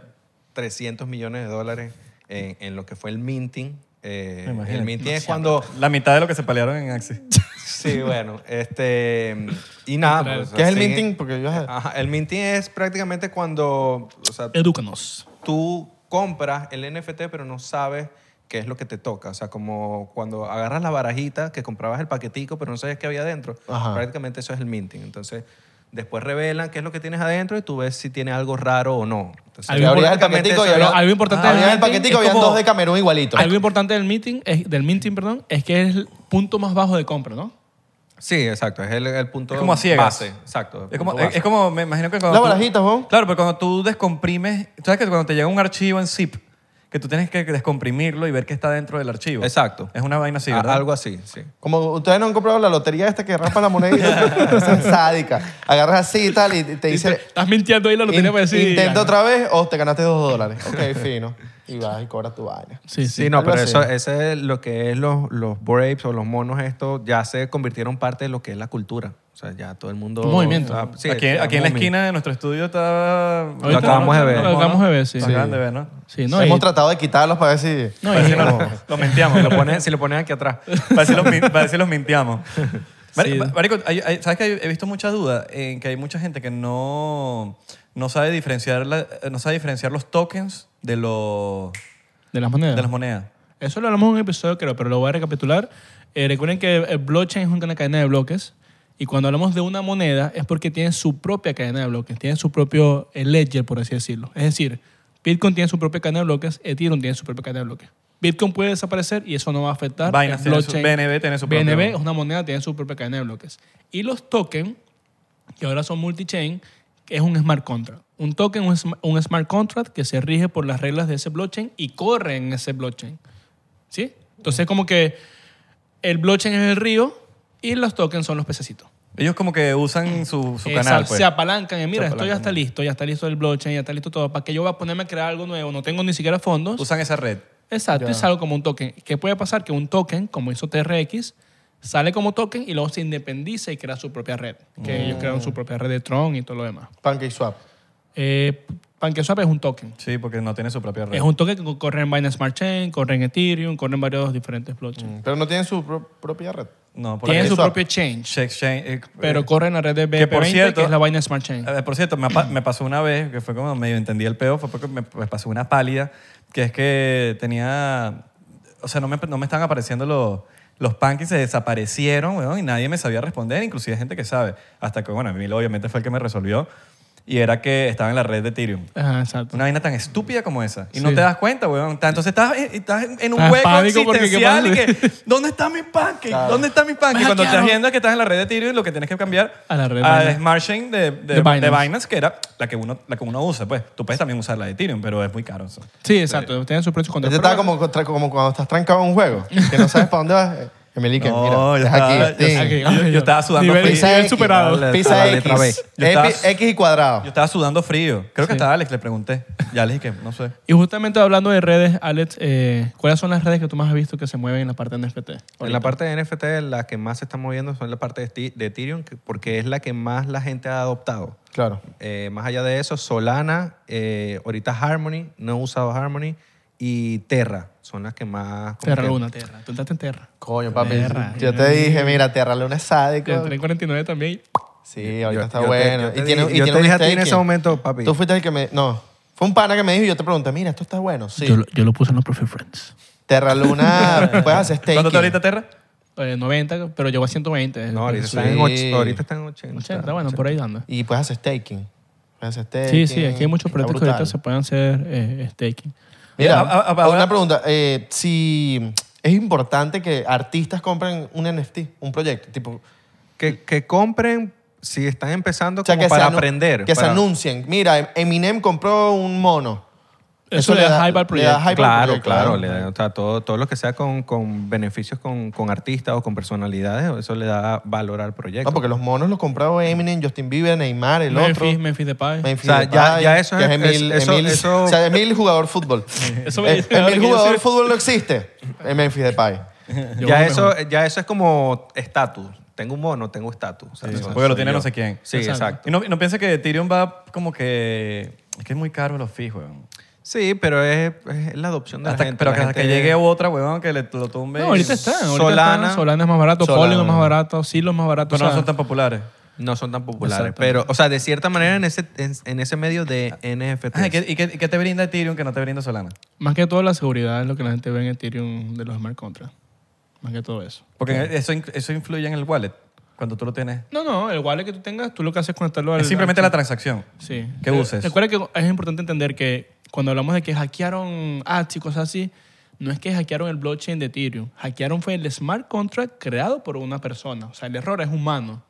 Speaker 4: 300 millones de dólares en, en lo que fue el minting. Eh,
Speaker 1: Imagínate.
Speaker 4: el minting es cuando...
Speaker 1: La mitad de lo que se pelearon en Axie.
Speaker 4: Sí, bueno. este Y nada. pues, o sea,
Speaker 3: ¿Qué es el
Speaker 4: siguen-
Speaker 3: minting? Porque yo...
Speaker 2: Ah,
Speaker 4: Ajá, el minting es prácticamente cuando o sea,
Speaker 2: Edúcanos.
Speaker 4: tú compras el NFT pero no sabes qué es lo que te toca. O sea, como cuando agarras la barajita que comprabas el paquetico pero no sabías qué había adentro.
Speaker 3: Ajá.
Speaker 4: Prácticamente eso es el minting. Entonces, después revelan qué es lo que tienes adentro y tú ves si tiene algo raro o no. Entonces,
Speaker 2: Algo
Speaker 3: abrías el
Speaker 4: prácticamente
Speaker 3: paquetico y
Speaker 4: eso es-
Speaker 3: había-
Speaker 2: algo importante del
Speaker 3: Había el
Speaker 2: minting
Speaker 3: paquetico,
Speaker 2: es
Speaker 3: habían
Speaker 2: como-
Speaker 3: dos de Camerún igualitos.
Speaker 2: Algo importante del meeting, es, del minting, perdón, es que es el punto más bajo de compra, ¿no?
Speaker 4: Sí, exacto. Es el, el punto
Speaker 1: Es como a ciegas.
Speaker 4: base. Exacto. el
Speaker 1: Es como,
Speaker 4: punto
Speaker 1: es,
Speaker 4: base.
Speaker 1: es como, me imagino que cuando.
Speaker 3: Las
Speaker 1: tú-
Speaker 3: barajitas, ¿no?
Speaker 1: Claro, pero cuando tú descomprimes. ¿Sabes que cuando te llega un archivo en zip, que tú tienes que descomprimirlo y ver qué está dentro del archivo?
Speaker 4: Exacto.
Speaker 1: Es una vaina así,
Speaker 4: A-
Speaker 1: ¿verdad?
Speaker 4: Ah, algo así, sí.
Speaker 3: Como ustedes no han comprado la lotería esta que raspa la moneda y Esa es sádica. Agarras así y tal y te
Speaker 2: Dice,
Speaker 3: dice...
Speaker 2: Estás mintiendo ahí la lotería
Speaker 3: "In-
Speaker 2: para decir...
Speaker 3: Intenta
Speaker 2: "Ah, no".
Speaker 3: otra vez o te ganaste dos dólares. Ok, fino. Y vas y cobras tu vaina.
Speaker 2: Sí, sí.
Speaker 4: Sí, no,
Speaker 3: algo
Speaker 4: pero
Speaker 3: así.
Speaker 4: eso, ese es lo que es los, los Braves o los monos estos, ya se convirtieron parte de lo que es la cultura. O sea, ya todo el mundo...
Speaker 2: Un movimiento.
Speaker 4: Ah, sí,
Speaker 1: aquí
Speaker 4: es-
Speaker 1: aquí en la
Speaker 4: movimiento.
Speaker 1: esquina de nuestro estudio está.
Speaker 2: Ahorita
Speaker 4: acabamos de ver.
Speaker 2: Lo acabamos de ver, sí.
Speaker 1: Lo acaban de ver, ¿no?
Speaker 2: Sí, no,
Speaker 3: Hemos
Speaker 2: y-
Speaker 3: tratado de quitarlos para ver si...
Speaker 2: No,
Speaker 3: para
Speaker 2: y-
Speaker 3: ver si no-
Speaker 1: Lo menteamos.
Speaker 4: Lo ponen- si lo pones aquí atrás.
Speaker 1: Para decir los, min- para decir los mintiamos. Mar-
Speaker 2: Sí.
Speaker 1: Marico, hay- hay- ¿sabes que he visto mucha duda en que hay mucha gente que no, no, sabe, diferenciar la- eh, no sabe diferenciar los tokens de, los
Speaker 2: De las monedas.
Speaker 1: de las monedas?
Speaker 2: Eso lo hablamos en un episodio, creo, pero lo voy a recapitular. Eh, recuerden que el blockchain es una cadena de bloques y cuando hablamos de una moneda es porque tiene su propia cadena de bloques, tiene su propio eh, ledger, por así decirlo. Es decir, Bitcoin tiene su propia cadena de bloques, Ethereum tiene su propia cadena de bloques. Bitcoin puede desaparecer y eso no va a afectar.
Speaker 1: Binance
Speaker 2: el
Speaker 1: tiene su- BNB tiene su propio-
Speaker 2: BNB es una moneda, tiene su propia cadena de bloques. Y los tokens, que ahora son multi-chain, que es un smart contract. Un token es un sm- un smart contract que se rige por las reglas de ese blockchain y corre en ese blockchain. ¿Sí? Entonces, como que el blockchain es el río y los tokens son los pececitos.
Speaker 1: Ellos como que usan su, su
Speaker 2: Esa-
Speaker 1: canal, pues.
Speaker 2: Se apalancan y mira,
Speaker 1: Se
Speaker 2: esto ya
Speaker 1: apalancan.
Speaker 2: está listo, ya está listo el blockchain, ya está listo todo. ¿Para que yo voy a ponerme a crear algo nuevo? No tengo ni siquiera fondos.
Speaker 1: Usan esa red.
Speaker 2: Exacto, y sale como un token. ¿Qué puede pasar? Que un token, como hizo TRX, sale como token y luego se independiza y crea su propia red. Que
Speaker 1: Mm.
Speaker 2: ellos crearon su propia red de Tron y todo lo demás.
Speaker 3: PancakeSwap.
Speaker 2: Eh, PancakeSwap es un token.
Speaker 1: Sí, porque no tiene su propia red.
Speaker 2: Es un token que co- corre en Binance Smart Chain, corre en Ethereum, corre en varios diferentes blockchains.
Speaker 3: Pero no tienen su pro- propia red.
Speaker 1: No, por
Speaker 2: Tiene
Speaker 1: ahí-
Speaker 2: su
Speaker 3: PancakeSwap.
Speaker 2: propio change,
Speaker 1: Exchange, eh,
Speaker 2: pero corre en la red de
Speaker 1: que
Speaker 2: BNB
Speaker 1: por cierto-
Speaker 2: que es la Binance Smart Chain.
Speaker 1: Eh, Por cierto, me, apa- me pasó una vez, que fue como medio entendí el peo, fue porque me, me pasó una pálida, que es que tenía, o sea, no me, no me estaban apareciendo los, los punkies se desaparecieron, weón, y nadie me sabía responder, inclusive gente que sabe. Hasta que, bueno, Emil obviamente fue el que me resolvió. Y era que estaba en la red de Ethereum.
Speaker 2: Ajá, exacto.
Speaker 1: Una vaina tan estúpida como esa. Y no
Speaker 2: Sí.
Speaker 1: te das cuenta, weón. Está- Entonces estás, eh, estás en un
Speaker 2: Estás
Speaker 1: hueco
Speaker 2: pánico porque, ¿qué
Speaker 1: existencial y
Speaker 2: pasa?
Speaker 1: que, ¿dónde está mi pancake?
Speaker 3: Claro.
Speaker 1: ¿Dónde está mi pancake?
Speaker 2: Me
Speaker 1: Cuando te das
Speaker 2: hackearon.
Speaker 1: viendo que estás en la red de Ethereum, lo que tienes que cambiar
Speaker 2: A la red
Speaker 1: a
Speaker 2: Binance.
Speaker 1: Smart Chain de, de-
Speaker 2: De Binance.
Speaker 1: de Binance, que era la que, uno, la que uno usa. Pues tú puedes también usar la de Ethereum, pero es muy caro. eso.
Speaker 2: Sí, exacto. Tienen sus precios
Speaker 3: Este
Speaker 2: contra
Speaker 3: está como, contra- como cuando estás trancado en un juego, que no sabes para dónde vas. Eh, Emily, que
Speaker 1: No,
Speaker 3: mira,
Speaker 1: yo
Speaker 3: estás aquí.
Speaker 1: estaba- yo-
Speaker 3: ting.
Speaker 1: yo- yo estaba sudando
Speaker 2: Nivel,
Speaker 1: frío.
Speaker 2: nivel
Speaker 3: X,
Speaker 2: superado.
Speaker 4: dale.
Speaker 3: Pisa
Speaker 4: La letra
Speaker 3: X.
Speaker 1: B. Yo
Speaker 3: Epi-
Speaker 1: estaba-
Speaker 3: X y cuadrado.
Speaker 1: Yo estaba sudando frío. Creo que
Speaker 2: Sí.
Speaker 1: estaba Alex, le pregunté. Ya Alex, que no sé.
Speaker 2: Y justamente hablando de redes, Alex, eh, ¿cuáles son las redes que tú más has visto que se mueven en la parte de NFT?
Speaker 4: En la parte de NFT, la que más se está moviendo son la parte de, Sti- de Ethereum, que- porque es la que más la gente ha adoptado.
Speaker 3: Claro.
Speaker 4: Eh, más allá de eso, Solana, eh, ahorita Harmony, no he usado Harmony, y Terra son las que más... como
Speaker 2: Terra
Speaker 4: que-
Speaker 2: Luna, Terra. Tú entraste en Terra.
Speaker 3: Coño, papi.
Speaker 2: Tierra,
Speaker 3: yo te
Speaker 2: tierra.
Speaker 3: dije, mira, Terra Luna es
Speaker 2: Yo
Speaker 3: sádico.
Speaker 2: entré en 49 también.
Speaker 3: Sí, ahorita
Speaker 4: Yo-
Speaker 3: está
Speaker 4: yo te-
Speaker 3: bueno.
Speaker 4: yo te
Speaker 3: y tiene,
Speaker 4: dije-
Speaker 3: y
Speaker 4: yo
Speaker 3: tiene
Speaker 4: te
Speaker 3: un
Speaker 4: dije a ti en
Speaker 3: staking.
Speaker 4: ese momento, papi.
Speaker 3: Tú fuiste el que me. No. Fue un pana que me dijo y yo te pregunté, mira, esto está bueno. Sí.
Speaker 2: Yo, lo- yo lo puse en los Profit Friends.
Speaker 3: Terra Luna, puedes hacer staking.
Speaker 1: ¿Cuánto está ahorita Terra?
Speaker 2: Eh, 90, pero llegó a 120.
Speaker 4: No, ahorita,
Speaker 2: Sí.
Speaker 4: están en
Speaker 3: Sí.
Speaker 4: och- ahorita están en 80.
Speaker 2: 80, bueno, por ahí anda.
Speaker 3: Y puedes hacer staking. Puedes hacer staking.
Speaker 2: Sí, sí, aquí hay muchos
Speaker 3: Está
Speaker 2: proyectos que ahorita
Speaker 3: brutal.
Speaker 2: se pueden hacer eh, staking.
Speaker 3: Mira,
Speaker 1: A- a- a-
Speaker 3: una
Speaker 1: ahora-
Speaker 3: pregunta. eh, si es importante que artistas compren un NFT, un proyecto, tipo...
Speaker 4: Que, que compren si están empezando
Speaker 3: o sea,
Speaker 4: como
Speaker 3: que
Speaker 4: para
Speaker 3: anu-
Speaker 4: aprender.
Speaker 3: Que se
Speaker 4: para-
Speaker 3: anuncien. Mira, Eminem compró un mono.
Speaker 2: Eso, le da hype al
Speaker 3: le da
Speaker 2: proyecto.
Speaker 3: hype al
Speaker 4: Claro,
Speaker 3: proyecto,
Speaker 4: claro.
Speaker 3: ¿no?
Speaker 4: le da- o sea, todo, todo lo que sea con, con beneficios con, con artistas o con personalidades, eso le da valor al proyecto.
Speaker 3: No, porque los monos los compraba Eminem, Justin Bieber, Neymar, el otro.
Speaker 2: Memphis, Memphis Depay.
Speaker 3: Memphis
Speaker 4: O sea, ya-
Speaker 3: Depay,
Speaker 4: ya eso
Speaker 3: que
Speaker 4: es-
Speaker 3: Emil,
Speaker 4: es- eso-
Speaker 3: Emil-
Speaker 4: eso-
Speaker 3: O sea, Emil jugador fútbol.
Speaker 2: Eso me
Speaker 3: Eh,
Speaker 2: dice-
Speaker 3: Emil
Speaker 2: que yo
Speaker 3: jugador
Speaker 2: soy-
Speaker 3: fútbol no existe. En Memphis Depay.
Speaker 2: Yo
Speaker 4: ya,
Speaker 2: me
Speaker 4: eso, ya eso es como estatus. Tengo un mono, tengo estatus. O sea,
Speaker 1: Sí,
Speaker 4: soy-
Speaker 1: porque lo
Speaker 4: soy
Speaker 1: tiene
Speaker 4: yo.
Speaker 1: no sé quién.
Speaker 4: Sí,
Speaker 2: Exacto.
Speaker 4: exacto.
Speaker 1: Y no, y no piensa que Ethereum va como que... Es que es muy caro los fees, weón.
Speaker 4: Sí, pero es, es la adopción de
Speaker 1: Hasta-
Speaker 4: la gente.
Speaker 1: pero
Speaker 4: La
Speaker 1: que hasta
Speaker 4: gente-
Speaker 1: que llegue otra, weón, que le, lo tumbe.
Speaker 2: No,
Speaker 1: y-
Speaker 2: ahorita están. Ahorita
Speaker 4: Solana.
Speaker 2: están. Solana es más barato,
Speaker 3: Solana.
Speaker 2: Polygon es más barato, Silo es más barato. o
Speaker 1: Pero no
Speaker 2: sea,
Speaker 1: son tan populares.
Speaker 4: No son tan populares.
Speaker 2: Exacto.
Speaker 4: Pero, o sea, de cierta manera en ese, en, en ese medio de NFT.
Speaker 1: Ah, ¿y, qué, y qué- y qué te brinda Ethereum que no te brinda Solana?
Speaker 2: Más que todo la seguridad es lo que la gente ve en Ethereum de los smart contracts. Más que todo eso.
Speaker 1: Porque eso, in- eso influye en el wallet cuando tú lo tienes.
Speaker 2: No, no, el wallet que tú tengas, tú lo que haces es conectarlo al...
Speaker 1: Es simplemente
Speaker 2: al-
Speaker 1: la transacción.
Speaker 2: Sí.
Speaker 1: que
Speaker 2: Eh,
Speaker 1: uses.
Speaker 2: Recuerda que es importante entender que cuando hablamos de que hackearon ATS y cosas así, no es que hackearon el blockchain de Ethereum. Hackearon fue el smart contract creado por una persona. O sea, el error es humano.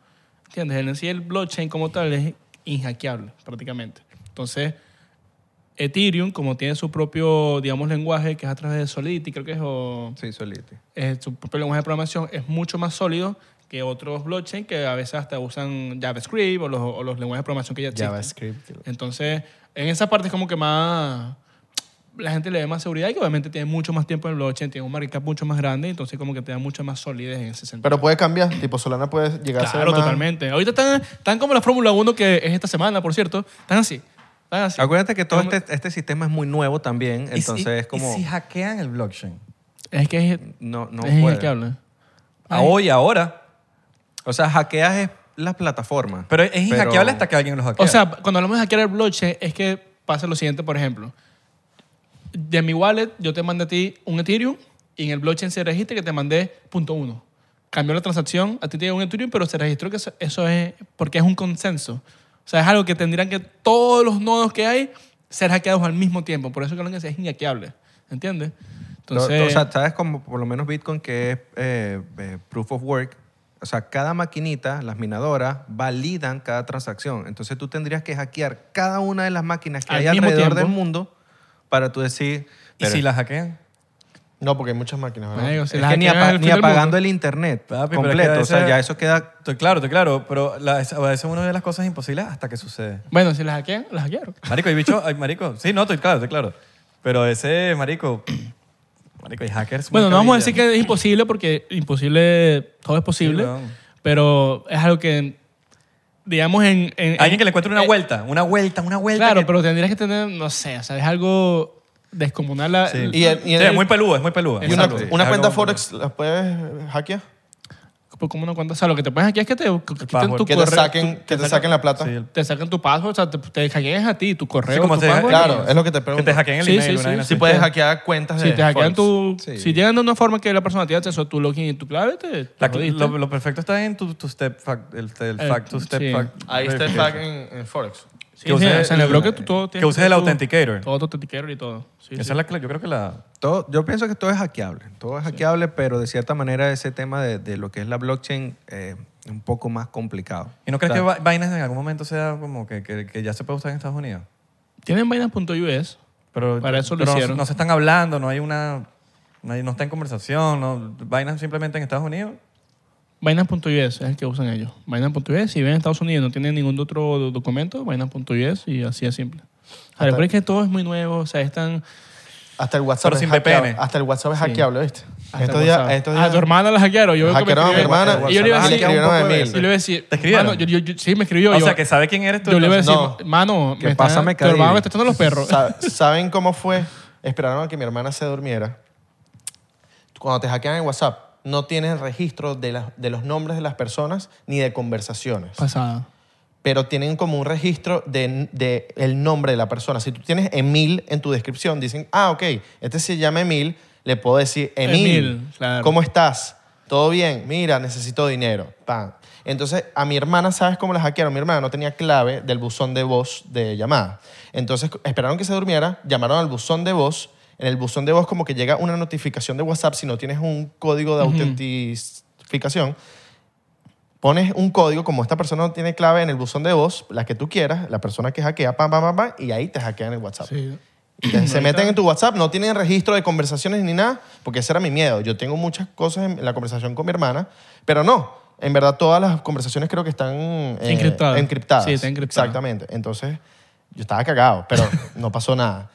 Speaker 2: ¿Entiendes? En sí el blockchain como tal es inhackeable prácticamente. Entonces, Ethereum, como tiene su propio, digamos, lenguaje, que es a través de Solidity, creo que es, o,
Speaker 4: Sí, solito.
Speaker 2: eh, su propio lenguaje de programación es mucho más sólido que otros blockchain que a veces hasta usan JavaScript o los, o los lenguajes de programación que ya existen.
Speaker 3: JavaScript.
Speaker 2: Entonces, en esa parte es como que más la gente le ve más seguridad y que obviamente tiene mucho más tiempo en el blockchain, tiene un market cap mucho más grande, entonces como que te da mucha más solidez en ese sentido.
Speaker 3: Pero puede cambiar. Tipo, Solana puede llegar a ser
Speaker 2: claro,
Speaker 3: más-
Speaker 2: totalmente. Ahorita están, están como la Fórmula 1 que es esta semana, por cierto. Están así. Están así.
Speaker 4: Acuérdate que todo
Speaker 2: Como-
Speaker 4: este, este sistema es muy nuevo también,
Speaker 1: Y si-
Speaker 4: entonces es como...
Speaker 1: ¿Y si hackean el blockchain?
Speaker 2: Es que es,
Speaker 4: no no
Speaker 2: es el
Speaker 4: puede.
Speaker 2: que habla.
Speaker 1: A
Speaker 2: Ay.
Speaker 1: hoy, ahora.
Speaker 4: O sea, hackeas es la plataforma.
Speaker 1: Pero es inhackeable hasta que alguien lo hackea.
Speaker 2: O sea, cuando hablamos de hackear el blockchain, es que pasa lo siguiente, por ejemplo. De mi wallet, yo te mandé a ti un Ethereum y en el blockchain se registra que te mandé punto uno. Cambió la transacción, a ti te llegó un Ethereum, pero se registró que eso, eso es porque es un consenso. O sea, es algo que tendrían que todos los nodos que hay ser hackeados al mismo tiempo. Por eso que lo que es inhackeable. ¿Entiendes? Entonces,
Speaker 4: O sea, sabes como por lo menos Bitcoin que es eh, eh, proof of work. O sea, cada maquinita, las minadoras, validan cada transacción. Entonces tú tendrías que hackear cada una de las máquinas que
Speaker 2: Al
Speaker 4: hay
Speaker 2: mismo
Speaker 4: alrededor
Speaker 2: tiempo.
Speaker 4: del mundo para tú decir...
Speaker 1: ¿Y si la hackean?
Speaker 3: No, porque hay muchas máquinas, ¿verdad?
Speaker 2: marico, si
Speaker 4: es
Speaker 2: las
Speaker 4: que ni,
Speaker 2: hackean
Speaker 4: apa-
Speaker 2: al fin
Speaker 4: ni
Speaker 2: del mundo.
Speaker 4: apagando el internet
Speaker 1: Papi, pero es que
Speaker 4: completo.
Speaker 1: a
Speaker 4: O sea,
Speaker 1: veces-
Speaker 4: ya eso queda...
Speaker 1: Estoy claro, estoy claro. Pero la- a veces una de las cosas imposibles hasta que sucede.
Speaker 2: Bueno, si las hackean, las hackearon.
Speaker 1: Marico, hay bicho, ay, marico. Sí, no, estoy claro, estoy claro. Pero ese, marico, marico, hay hackers. muy
Speaker 2: Bueno, no vamos a
Speaker 1: cabilla.
Speaker 2: decir que es imposible porque imposible, todo es posible,
Speaker 1: Sí, weón.
Speaker 2: pero es algo que, digamos, en... en-
Speaker 1: Alguien que le encuentre una
Speaker 2: eh,
Speaker 1: vuelta, una vuelta, una vuelta.
Speaker 2: Claro,
Speaker 1: que-
Speaker 2: pero tendrías que tener, no sé, o sea, es algo descomunal. la-
Speaker 1: Sí.
Speaker 3: Y, el- y
Speaker 1: Sí,
Speaker 3: el-
Speaker 1: es muy pelúa, es muy pelúa.
Speaker 3: y una,
Speaker 1: Exacto.
Speaker 3: una
Speaker 1: Es
Speaker 3: cuenta
Speaker 1: algo-
Speaker 3: Forex, ¿la puedes hackear?
Speaker 2: por pues, como una cuenta. O sea, lo que te pones aquí es que te que te quiten
Speaker 1: password.
Speaker 2: tu
Speaker 3: Que te
Speaker 2: correo.
Speaker 3: saquen,
Speaker 2: tu-
Speaker 3: que te saquen la plata.
Speaker 1: Sí, el-
Speaker 2: te sacan tu password, o sea, te, te hackean a ti, tu correo,
Speaker 1: como
Speaker 2: tu
Speaker 1: te-
Speaker 2: password.
Speaker 3: Claro, es lo que te
Speaker 1: que
Speaker 3: pregunto.
Speaker 1: te hackeen el
Speaker 2: Sí,
Speaker 1: email.
Speaker 2: sí,
Speaker 1: una
Speaker 2: sí.
Speaker 1: vaina así.
Speaker 3: Si puedes hackear cuentas de
Speaker 2: Si te hackean
Speaker 3: Forex.
Speaker 2: tu...
Speaker 4: Sí.
Speaker 2: Si llegan de una forma que la persona tiene acceso a tu login y tu clave, te, te
Speaker 1: La-
Speaker 2: jodiste.
Speaker 1: lo, lo perfecto está en tu, tu step fact, el, el
Speaker 2: Eh,
Speaker 1: fact, tu step
Speaker 2: sí.
Speaker 1: fact.
Speaker 3: Ahí está el hack en, en Forex.
Speaker 2: Sí,
Speaker 1: que
Speaker 2: sí,
Speaker 1: uses
Speaker 2: o sea, en
Speaker 1: el-
Speaker 2: el bloque tú todo tienes
Speaker 1: que uses
Speaker 2: hacer
Speaker 1: el
Speaker 2: tu-
Speaker 1: authenticator.
Speaker 2: Todo tu authenticator y todo. Sí,
Speaker 1: Esa
Speaker 2: sí.
Speaker 1: es la, cla- yo creo que la,
Speaker 4: Todo- yo pienso que todo es hackeable. Todo es hackeable, pero de cierta manera ese tema de, de lo que es la blockchain eh, es un poco más complicado.
Speaker 1: ¿Y no crees
Speaker 4: O sea,
Speaker 1: que va- vainas en algún momento sea como que, que- que ya se puede usar en Estados Unidos?
Speaker 2: Tienen vainas.us.
Speaker 1: Pero,
Speaker 2: Para eso lo
Speaker 1: pero no-
Speaker 2: hicieron.
Speaker 1: No, se están hablando, no hay una... No, hay- no está en conversación, no, vainas simplemente en Estados Unidos.
Speaker 2: Binance.us es el que usan ellos. Binance.us, si ven en Estados Unidos y no tienen ningún otro do- documento, Binance.us y así es simple. O sea, lo peor es que todo es muy nuevo, o sea, están...
Speaker 3: Hasta el WhatsApp
Speaker 1: Pero
Speaker 3: es
Speaker 1: sin
Speaker 3: hackeable.
Speaker 1: VPN.
Speaker 3: Hasta el WhatsApp es hackeable, ¿viste?
Speaker 2: hasta
Speaker 3: Estos días,
Speaker 2: WhatsApp.
Speaker 3: estos
Speaker 2: Ah, tu
Speaker 3: días
Speaker 2: hermana la hackearon. Yo veo que me
Speaker 3: hackearon a mi
Speaker 2: escribe-
Speaker 3: hermana.
Speaker 2: Y yo le iba a
Speaker 4: WhatsApp.
Speaker 2: decir...
Speaker 3: escribieron
Speaker 4: hackearon un
Speaker 3: a
Speaker 4: poco de
Speaker 2: y le iba a
Speaker 3: Emil.
Speaker 2: decir,
Speaker 1: ¿Te escribieron?
Speaker 2: mano, yo- yo- yo- sí, me escribió.
Speaker 1: o
Speaker 2: yo,
Speaker 1: sea, que sabe quién eres tú.
Speaker 2: yo le iba a
Speaker 1: entonces.
Speaker 2: decir,
Speaker 3: No.
Speaker 2: mano,
Speaker 4: Que
Speaker 2: me está-
Speaker 4: pásame
Speaker 2: tu hermano
Speaker 4: Caribe.
Speaker 2: me está echando los perros.
Speaker 3: Sa- ¿Saben cómo fue? Esperaron a que mi hermana se durmiera. Cuando te hackean en WhatsApp, no tienes registro de, las- de los nombres de las personas ni de conversaciones.
Speaker 2: Pasada.
Speaker 3: pero tienen como un registro de, de el nombre de la persona. Si tú tienes Emil en tu descripción, dicen, ah, ok, este se llama Emil, le puedo decir, Emil,
Speaker 2: Emil, claro.
Speaker 3: ¿cómo estás? ¿Todo bien? Mira, necesito dinero. Pan. Entonces, a mi hermana, ¿sabes cómo la hackearon? Mi hermana no tenía clave del buzón de voz de llamada. Entonces, esperaron que se durmiera, llamaron al buzón de voz. En el buzón de voz como que llega una notificación de WhatsApp si no tienes un código de autentificación pones un código, como esta persona no tiene clave en el buzón de voz, la que tú quieras, la persona que hackea, pam, pam, pam, pam, y ahí te hackean el WhatsApp.
Speaker 2: Sí.
Speaker 3: Entonces, se meten en tu WhatsApp, no tienen registro de conversaciones ni nada, porque ese era mi miedo. Yo tengo muchas cosas en la conversación con mi hermana, pero no. En verdad, todas las conversaciones creo que están eh,
Speaker 2: Encriptadas.
Speaker 3: encriptadas.
Speaker 2: Sí, está encriptada.
Speaker 3: Exactamente. Entonces, yo estaba cagado, pero no pasó nada.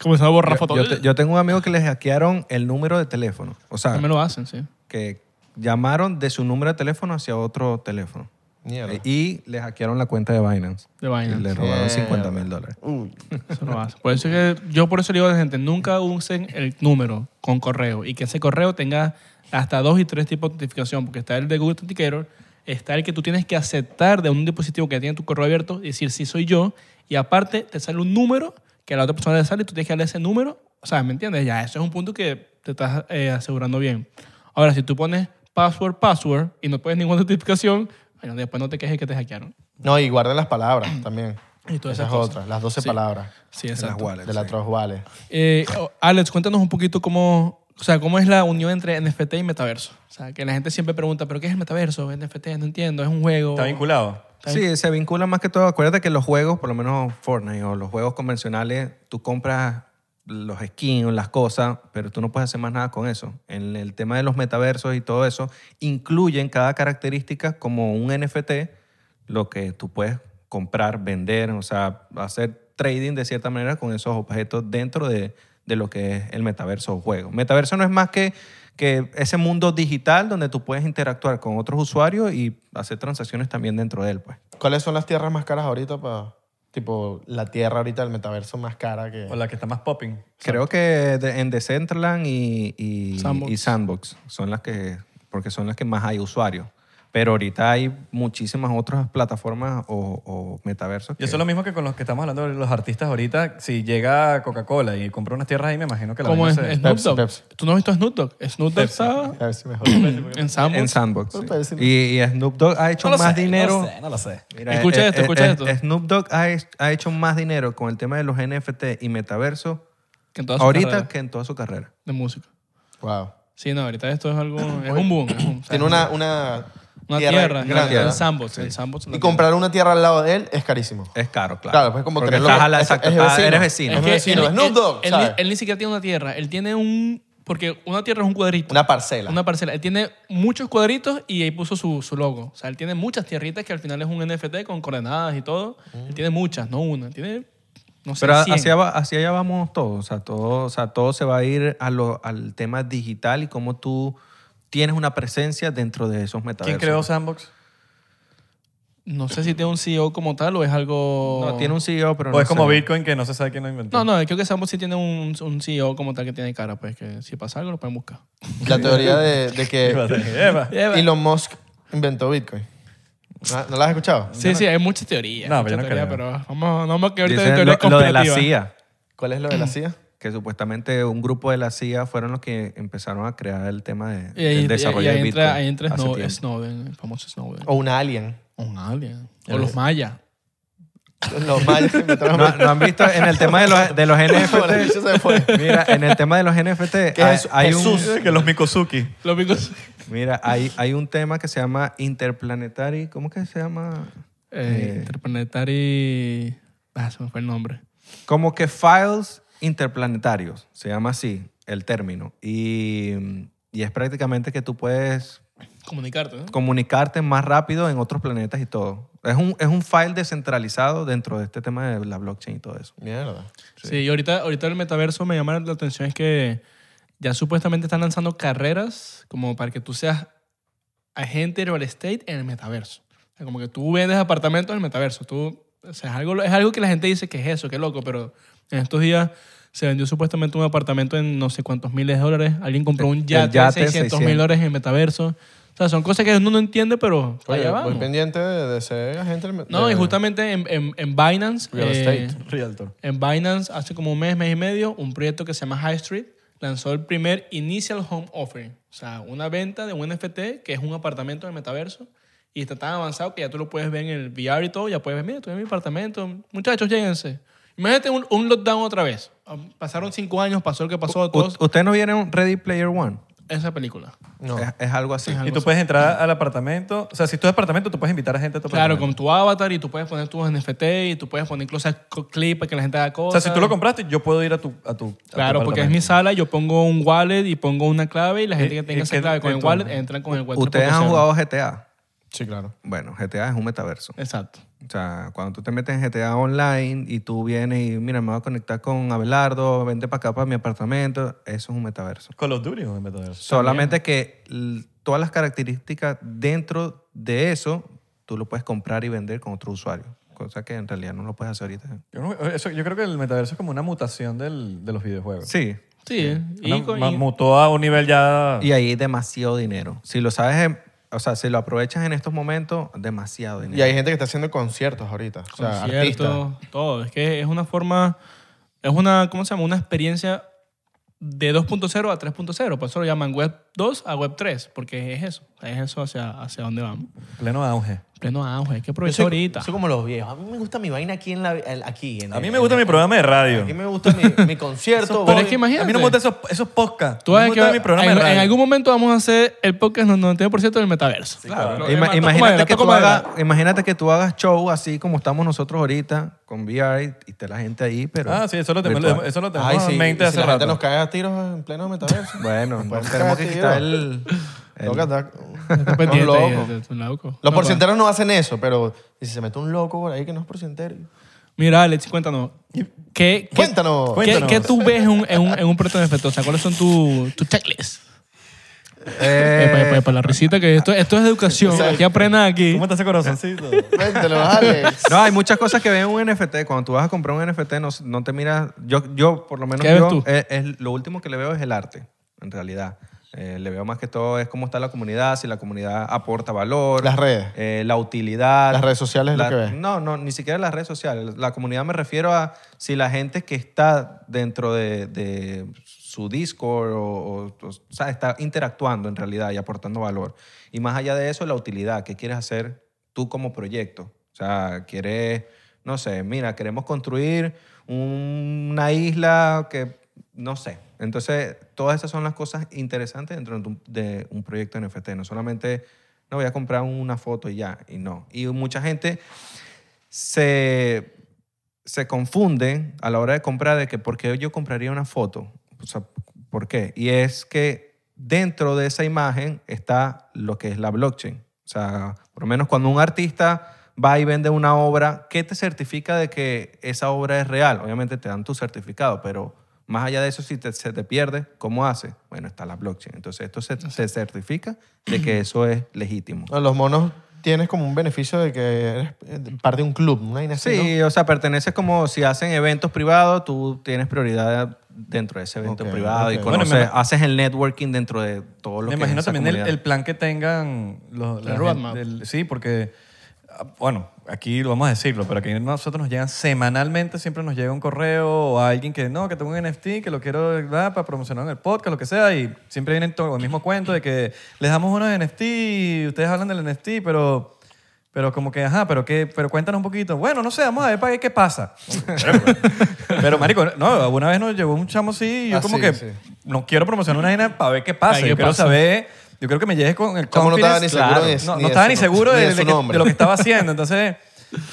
Speaker 2: Comenzó a borrar
Speaker 4: yo,
Speaker 2: fotos.
Speaker 4: yo te- yo tengo un amigo que le hackearon el número de teléfono. O sea,
Speaker 2: También lo hacen, sí.
Speaker 4: que llamaron de su número de teléfono hacia otro teléfono.
Speaker 3: Mierda.
Speaker 4: Eh, Y le hackearon la cuenta de Binance.
Speaker 2: De Binance.
Speaker 4: Y le robaron
Speaker 3: Mierda.
Speaker 4: 50 mil dólares.
Speaker 3: Uy.
Speaker 2: Eso no hace. Por eso es que yo por eso le digo a la gente, nunca usen el número con correo y que ese correo tenga hasta dos y tres tipos de autentificación, porque está el de Google Authenticator, está el que tú tienes que aceptar de un dispositivo que tiene tu correo abierto y decir sí soy yo, y aparte te sale un número que a la otra persona le sale y tú tienes que darle ese número, o sea, ¿me entiendes? Ya, eso es un punto que te estás eh, asegurando bien. Ahora, si tú pones password, password y no pones ninguna autentificación, bueno, después no te quejes que te hackearon.
Speaker 3: No, y guarden las palabras también.
Speaker 2: Y todas
Speaker 3: Esa
Speaker 2: esas
Speaker 3: es
Speaker 2: cosas.
Speaker 3: otra, las 12
Speaker 2: Sí.
Speaker 3: palabras
Speaker 2: Sí,
Speaker 4: En las
Speaker 2: exacto.
Speaker 4: wallets.
Speaker 3: de la
Speaker 4: sí.
Speaker 3: Trust Wallet.
Speaker 2: Eh, oh, Alex, cuéntanos un poquito cómo, o sea, cómo es la unión entre NFT y metaverso. O sea, que la gente siempre pregunta, ¿pero qué es el metaverso? NFT, no entiendo, es un juego.
Speaker 1: Está vinculado.
Speaker 4: Sí, se vincula más que todo. Acuérdate que los juegos, por lo menos Fortnite o los juegos convencionales, tú compras los skins, las cosas, pero tú no puedes hacer más nada con eso. En el tema de los metaversos y todo eso, incluyen cada característica como un NFT, lo que tú puedes comprar, vender, o sea, hacer trading de cierta manera con esos objetos dentro de, de lo que es el metaverso o juego. Metaverso no es más que, que ese mundo digital donde tú puedes interactuar con otros usuarios y hacer transacciones también dentro de él, pues.
Speaker 3: ¿Cuáles son las tierras más caras ahorita para tipo la tierra ahorita del metaverso más cara que
Speaker 1: O la que está más popping.
Speaker 4: Creo que de- en Decentraland y, y,
Speaker 2: Sandbox.
Speaker 4: y Sandbox son las que, porque son las que más hay usuarios. Pero ahorita hay muchísimas otras plataformas o, o metaversos.
Speaker 1: Y
Speaker 4: que-
Speaker 1: eso es lo mismo que con los que estamos hablando de los artistas ahorita. Si llega Coca-Cola y compra unas tierras ahí, me imagino que la
Speaker 2: ¿Cómo
Speaker 1: vaina
Speaker 2: es
Speaker 1: se-
Speaker 2: Snoop
Speaker 3: Pepsi,
Speaker 2: Dogg?
Speaker 3: Pepsi.
Speaker 2: ¿Tú no has visto a Snoop Dogg? Snoop Dogg estaba
Speaker 3: a ver si mejor.
Speaker 2: en Sandbox.
Speaker 4: en Sandbox. sí.
Speaker 3: Parece-
Speaker 4: Y, y Snoop Dogg ha hecho
Speaker 1: No lo
Speaker 4: más
Speaker 1: sé,
Speaker 4: dinero.
Speaker 1: No lo sé, no lo sé.
Speaker 4: Mira,
Speaker 2: Escucha
Speaker 4: eh,
Speaker 2: esto,
Speaker 4: eh,
Speaker 2: escucha
Speaker 4: eh,
Speaker 2: esto.
Speaker 4: Snoop Dogg ha, hech- ha hecho más dinero con el tema de los NFT y metaverso
Speaker 2: que en toda su
Speaker 4: ahorita
Speaker 2: carrera
Speaker 4: que en toda su carrera.
Speaker 2: De música.
Speaker 3: Wow.
Speaker 2: Sí, no, ahorita esto es algo, es un boom. es un boom. O sea,
Speaker 3: Tiene una, una,
Speaker 2: una tierra, Eh,
Speaker 3: grande.
Speaker 2: en
Speaker 3: ¿verdad?
Speaker 2: Sandbox. En Sandbox
Speaker 3: Y comprar una tierra al lado de él es carísimo.
Speaker 4: Es caro, claro.
Speaker 3: Claro, pues como
Speaker 4: Porque
Speaker 3: tenerlo-
Speaker 4: estás a la-
Speaker 3: es-
Speaker 4: exacto,
Speaker 3: es
Speaker 4: estás-
Speaker 3: vecino.
Speaker 4: eres vecino.
Speaker 3: Es que- vecino,
Speaker 2: él,
Speaker 3: Snoop Dogg,
Speaker 2: él-
Speaker 3: ¿sabes?
Speaker 2: él ni siquiera tiene una tierra, él tiene un... Porque una tierra es un cuadrito.
Speaker 3: Una parcela.
Speaker 2: Una parcela. Él tiene muchos cuadritos y ahí puso su, su logo. O sea, él tiene muchas tierritas que al final es un NFT con coordenadas y todo. Él tiene muchas, no una. Tiene, no sé,
Speaker 4: Mm. Pero a-
Speaker 2: 100.
Speaker 4: hacia, va- hacia allá vamos todos. O sea, todo, o sea, todo se va a ir a lo- al tema digital y cómo tú tienes una presencia dentro de esos
Speaker 1: ¿Quién
Speaker 4: metaversos.
Speaker 1: creó Sandbox?
Speaker 2: No sé si tiene un CEO como tal o es algo...
Speaker 4: No, tiene un E CEO, pero
Speaker 1: ¿O
Speaker 4: no
Speaker 1: es como
Speaker 4: sé.
Speaker 1: Bitcoin que no se sabe quién lo inventó?
Speaker 2: No, no, creo que Sambo sí tiene un, un CEO como tal que tiene cara, pues que si pasa algo lo pueden buscar.
Speaker 3: La teoría de, de que
Speaker 1: Eva.
Speaker 3: Elon Musk inventó Bitcoin. ¿No, no la has escuchado?
Speaker 2: Sí, sí, hay muchas teorías.
Speaker 1: No,
Speaker 2: muchas
Speaker 1: pero yo no
Speaker 2: teorías,
Speaker 1: creo.
Speaker 2: pero vamos, no vamos que ahorita
Speaker 4: Dicen
Speaker 2: de teoría
Speaker 4: lo, lo de la E
Speaker 2: conspirativa.
Speaker 4: CIA,
Speaker 3: ¿Cuál es lo de la CIA?
Speaker 4: que supuestamente un grupo de la CIA fueron los que empezaron a crear el tema de,
Speaker 2: Y ahí,
Speaker 4: del desarrollo
Speaker 2: y ahí
Speaker 4: de
Speaker 2: entra,
Speaker 4: Bitcoin.
Speaker 2: ahí entra
Speaker 4: hace
Speaker 2: Snow-
Speaker 4: tiempo. Oh.
Speaker 2: Snowden, el famoso Snowden.
Speaker 3: O un alien.
Speaker 2: Un alien. O los mayas.
Speaker 3: Los mayas que inventaron
Speaker 4: ¿No, no han visto en el tema de los, de los
Speaker 3: Bueno, el bicho
Speaker 4: NFT?
Speaker 3: se fue.
Speaker 4: Mira, en el tema de los NFT
Speaker 3: ¿Qué
Speaker 4: hay,
Speaker 3: es
Speaker 4: hay un,
Speaker 3: Jesús?
Speaker 1: Que los Mikosuki.
Speaker 2: Los picos.
Speaker 4: mira, hay, hay un tema que se llama Interplanetary. ¿Cómo que se llama?
Speaker 2: Eh,
Speaker 4: Eh.
Speaker 2: Interplanetary. Ah, se me fue el nombre.
Speaker 4: Como que files interplanetarios, se llama así el término. Y, y es prácticamente que tú puedes
Speaker 2: Comunicarte, ¿no?
Speaker 4: comunicarte más rápido en otros planetas y todo. Es un, es un file descentralizado dentro de este tema de la blockchain y todo eso.
Speaker 3: Mierda.
Speaker 2: Sí, y ahorita, ahorita el metaverso me llama la atención es que ya supuestamente están lanzando carreras como para que tú seas agente de real estate en el metaverso. O sea, como que tú vendes apartamentos en el metaverso. Tú, o sea, es, algo, es algo que la gente dice que es eso, que loco, pero en estos días se vendió supuestamente un apartamento en no sé cuántos miles de dólares. Alguien compró un yate,
Speaker 4: yate
Speaker 2: en
Speaker 4: en
Speaker 2: 600 mil
Speaker 4: 600.
Speaker 2: dólares en el metaverso. O sea, son cosas que uno no entiende, pero
Speaker 3: Oye,
Speaker 2: allá
Speaker 3: voy
Speaker 2: vamos.
Speaker 3: pendiente de, de ser agente. del-
Speaker 2: No,
Speaker 3: de-
Speaker 2: y justamente en, en, en Binance...
Speaker 3: Real
Speaker 2: eh,
Speaker 3: estate. Realtor.
Speaker 2: en Binance, hace como un mes, mes y medio, un proyecto que se llama High Street lanzó el primer Initial Home Offering. O sea, una venta de un NFT que es un apartamento en el metaverso. Y está tan avanzado que ya tú lo puedes ver en el VR y todo. Ya puedes ver, mira, estoy en mi apartamento. Muchachos, lléguense. Imagínate un, un lockdown otra vez. Ah, Pasaron cinco años, pasó lo que pasó. Todos,
Speaker 4: U- ¿Ustedes no vieron Ready Player One?
Speaker 2: esa película.
Speaker 3: No.
Speaker 4: Es, es algo así.
Speaker 2: Es algo
Speaker 1: Y tú
Speaker 2: así.
Speaker 1: puedes entrar al apartamento. O sea, si tú es apartamento, tú puedes invitar a gente a tu
Speaker 2: Claro,
Speaker 1: apartamento.
Speaker 2: con tu avatar y tú puedes poner tus NFT y tú puedes poner incluso co- clip para que la gente haga
Speaker 1: O
Speaker 2: cosas.
Speaker 1: sea, si tú lo compraste, yo puedo ir a tu a tu- a tu
Speaker 2: Claro, porque es
Speaker 1: apartamento.
Speaker 2: mi sala, yo pongo un wallet y pongo una clave y la gente
Speaker 1: ¿Y-
Speaker 2: que
Speaker 1: y
Speaker 2: tenga esa
Speaker 1: qué-
Speaker 2: clave con el
Speaker 1: entonces,
Speaker 2: wallet entran con el wallet.
Speaker 4: ¿Ustedes han
Speaker 2: 3.0.
Speaker 4: jugado GTA?
Speaker 3: Sí, claro.
Speaker 4: Bueno, GTA es un metaverso.
Speaker 2: Exacto.
Speaker 4: O sea, cuando tú te metes en GTA Online y tú vienes y, mira, me voy a conectar con Abelardo, vente para acá, para mi apartamento, eso es un metaverso.
Speaker 1: Call of Duty es un metaverso.
Speaker 4: Solamente que l- todas las características dentro de eso, tú lo puedes comprar y vender con otro usuario. Cosa que en realidad no lo puedes hacer ahorita.
Speaker 1: Yo, no- eso- yo creo que el metaverso es como una mutación del- de los videojuegos.
Speaker 4: Sí.
Speaker 2: Sí,
Speaker 1: Una-
Speaker 2: y, con-
Speaker 1: ma-
Speaker 2: y-
Speaker 1: mutó a un nivel ya...
Speaker 4: Ah. Y ahí hay demasiado dinero. Si lo sabes, em- o sea, si lo aprovechas en estos momentos, demasiado dinero.
Speaker 3: Y hay gente que está haciendo conciertos ahorita. O sea, artistas.
Speaker 2: conciertos, todo. Es que es una forma, es una, ¿cómo se llama? Una experiencia de 2.0 a 3.0. Por eso lo llaman web 2 a web 3, porque es eso. O sea, Es eso hacia, hacia dónde vamos.
Speaker 1: Pleno auge.
Speaker 2: Pleno auge, hay que
Speaker 3: Yo
Speaker 2: aprovechar
Speaker 3: soy-
Speaker 2: ahorita.
Speaker 3: soy como los viejos. A mí me gusta mi vaina aquí en la. el- Aquí, en
Speaker 1: A mí
Speaker 3: el-
Speaker 1: me gusta mi programa de radio.
Speaker 3: A mí me gusta mi, mi concierto.
Speaker 2: Pero
Speaker 3: voy-
Speaker 2: es que imagínate.
Speaker 1: A mí no me gustan esos, esos podcasts.
Speaker 2: Tú
Speaker 1: No
Speaker 2: sabes
Speaker 1: me
Speaker 2: que
Speaker 1: gusta mi programa
Speaker 2: en,
Speaker 1: de radio.
Speaker 2: en algún momento vamos a hacer el podcast 99% del metaverso.
Speaker 4: Claro.
Speaker 2: Lo-
Speaker 4: Ima-
Speaker 2: Emma, toca madera,
Speaker 4: imagínate, que
Speaker 2: toca
Speaker 4: tú
Speaker 2: madera.
Speaker 4: hagas, imagínate que tú hagas show así como estamos nosotros ahorita con VR y está la gente ahí, pero...
Speaker 1: Ah, sí, eso lo tenemos,
Speaker 4: virtual.
Speaker 1: eso lo tenemos
Speaker 3: Ay, sí.
Speaker 1: en mente
Speaker 3: y si
Speaker 1: hace
Speaker 3: la gente
Speaker 1: rato.
Speaker 3: nos cae a tiros en pleno metaverso.
Speaker 4: Bueno, no
Speaker 3: Pues,
Speaker 4: tenemos que
Speaker 3: tío.
Speaker 4: quitar el... el-
Speaker 3: Tengo que andar-
Speaker 2: Está
Speaker 3: Los
Speaker 2: pendiente ahí,
Speaker 3: locos.
Speaker 2: es un loco.
Speaker 3: Los
Speaker 2: No, va.
Speaker 3: porcenteros no hacen eso, pero si se mete un loco por ahí que no es porcentero.
Speaker 2: Mira, Alex, cuéntanos. ¿Qué, qué,
Speaker 3: Cuéntanos.
Speaker 2: qué-
Speaker 1: Cuéntanos.
Speaker 2: qué tú ves en un, en un, en un proyecto de efecto? O sea, ¿cuáles son tus tu checklists? Epa, epa,
Speaker 4: Eh,
Speaker 2: epa, la risita que esto, esto es educación.
Speaker 3: O sea,
Speaker 2: aquí aprendan aquí.
Speaker 1: ¿Cómo está ese corazoncito?
Speaker 3: Cuéntanos, Alex.
Speaker 4: No, hay muchas cosas que ven en un NFT. Cuando tú vas a comprar un NFT, no, no te miras. Yo, yo por lo menos,
Speaker 2: ¿Qué ves
Speaker 4: yo,
Speaker 2: tú?
Speaker 4: es- es- lo último que le veo es el arte, en realidad. Eh, le veo más que todo es cómo está la comunidad, si la comunidad aporta valor.
Speaker 3: Las redes.
Speaker 4: eh, la utilidad.
Speaker 3: Las redes sociales es lo
Speaker 4: La-
Speaker 3: que ves.
Speaker 4: No, no, ni siquiera las redes sociales. La comunidad me refiero a si la gente que está dentro de, de su Discord o, o- o sea, está interactuando en realidad y aportando valor. Y más allá de eso, la utilidad. ¿Qué quieres hacer tú como proyecto? O sea, quieres, no sé, mira, queremos construir una isla que, no sé. Entonces, todas esas son las cosas interesantes dentro de un, de un proyecto NFT. No solamente, no voy a comprar una foto y ya, y no. Y mucha gente se, se confunde a la hora de comprar de que por qué yo compraría una foto. O sea, ¿por qué? Y es que dentro de esa imagen está lo que es la blockchain. O sea, por lo menos cuando un artista va y vende una obra, ¿qué te certifica de que esa obra es real? Obviamente te dan tu certificado, pero más allá de eso, si te- se te pierde, ¿cómo hace? Bueno, está la blockchain. Entonces esto se, se certifica de que eso es legítimo.
Speaker 3: No, Los monos tienes como un beneficio de que eres eh, parte de un club, una vaina así,
Speaker 4: Sí, o sea, perteneces como si hacen eventos privados, tú tienes prioridad dentro de ese evento
Speaker 3: Ok,
Speaker 4: privado y
Speaker 3: ok.
Speaker 1: Bueno,
Speaker 4: conoces,
Speaker 1: me imag-
Speaker 4: haces el networking dentro de todo lo
Speaker 1: Me
Speaker 4: que
Speaker 1: imagino
Speaker 4: es esa
Speaker 1: también el,
Speaker 4: comunidad.
Speaker 1: el plan que tengan los,
Speaker 2: La
Speaker 1: la
Speaker 2: roadmap.
Speaker 1: gente del- sí, porque, ah, bueno, aquí lo vamos a decirlo, pero aquí nosotros nos llegan semanalmente, siempre nos llega un correo o a alguien que no, que tengo un NFT, que lo quiero ¿verdad? para promocionar en el podcast, lo que sea, y siempre vienen todo el mismo cuento de que les damos unos NFT y ustedes hablan del NFT, pero. Pero como que, ajá, pero, qué, pero cuéntanos un poquito. Bueno, no sé, vamos a ver para qué, qué pasa. pero, marico, no, una vez nos llegó un chamo así y yo
Speaker 3: Ah,
Speaker 1: como
Speaker 3: sí,
Speaker 1: que
Speaker 3: sí.
Speaker 1: no quiero promocionar una vaina para ver qué pasa.
Speaker 2: Ay, ¿qué
Speaker 1: yo quiero
Speaker 2: pasa?
Speaker 1: saber, yo creo que me llegues con el
Speaker 3: Chamo no estaba
Speaker 1: confidence,
Speaker 3: ni seguro
Speaker 1: claro.
Speaker 3: de-
Speaker 1: No, no
Speaker 3: ni de
Speaker 1: estaba
Speaker 3: su
Speaker 1: ni
Speaker 3: nom-
Speaker 1: seguro
Speaker 3: ni
Speaker 1: de,
Speaker 3: de
Speaker 1: de
Speaker 3: su
Speaker 1: que-
Speaker 3: nombre.
Speaker 1: de lo que estaba haciendo. Entonces,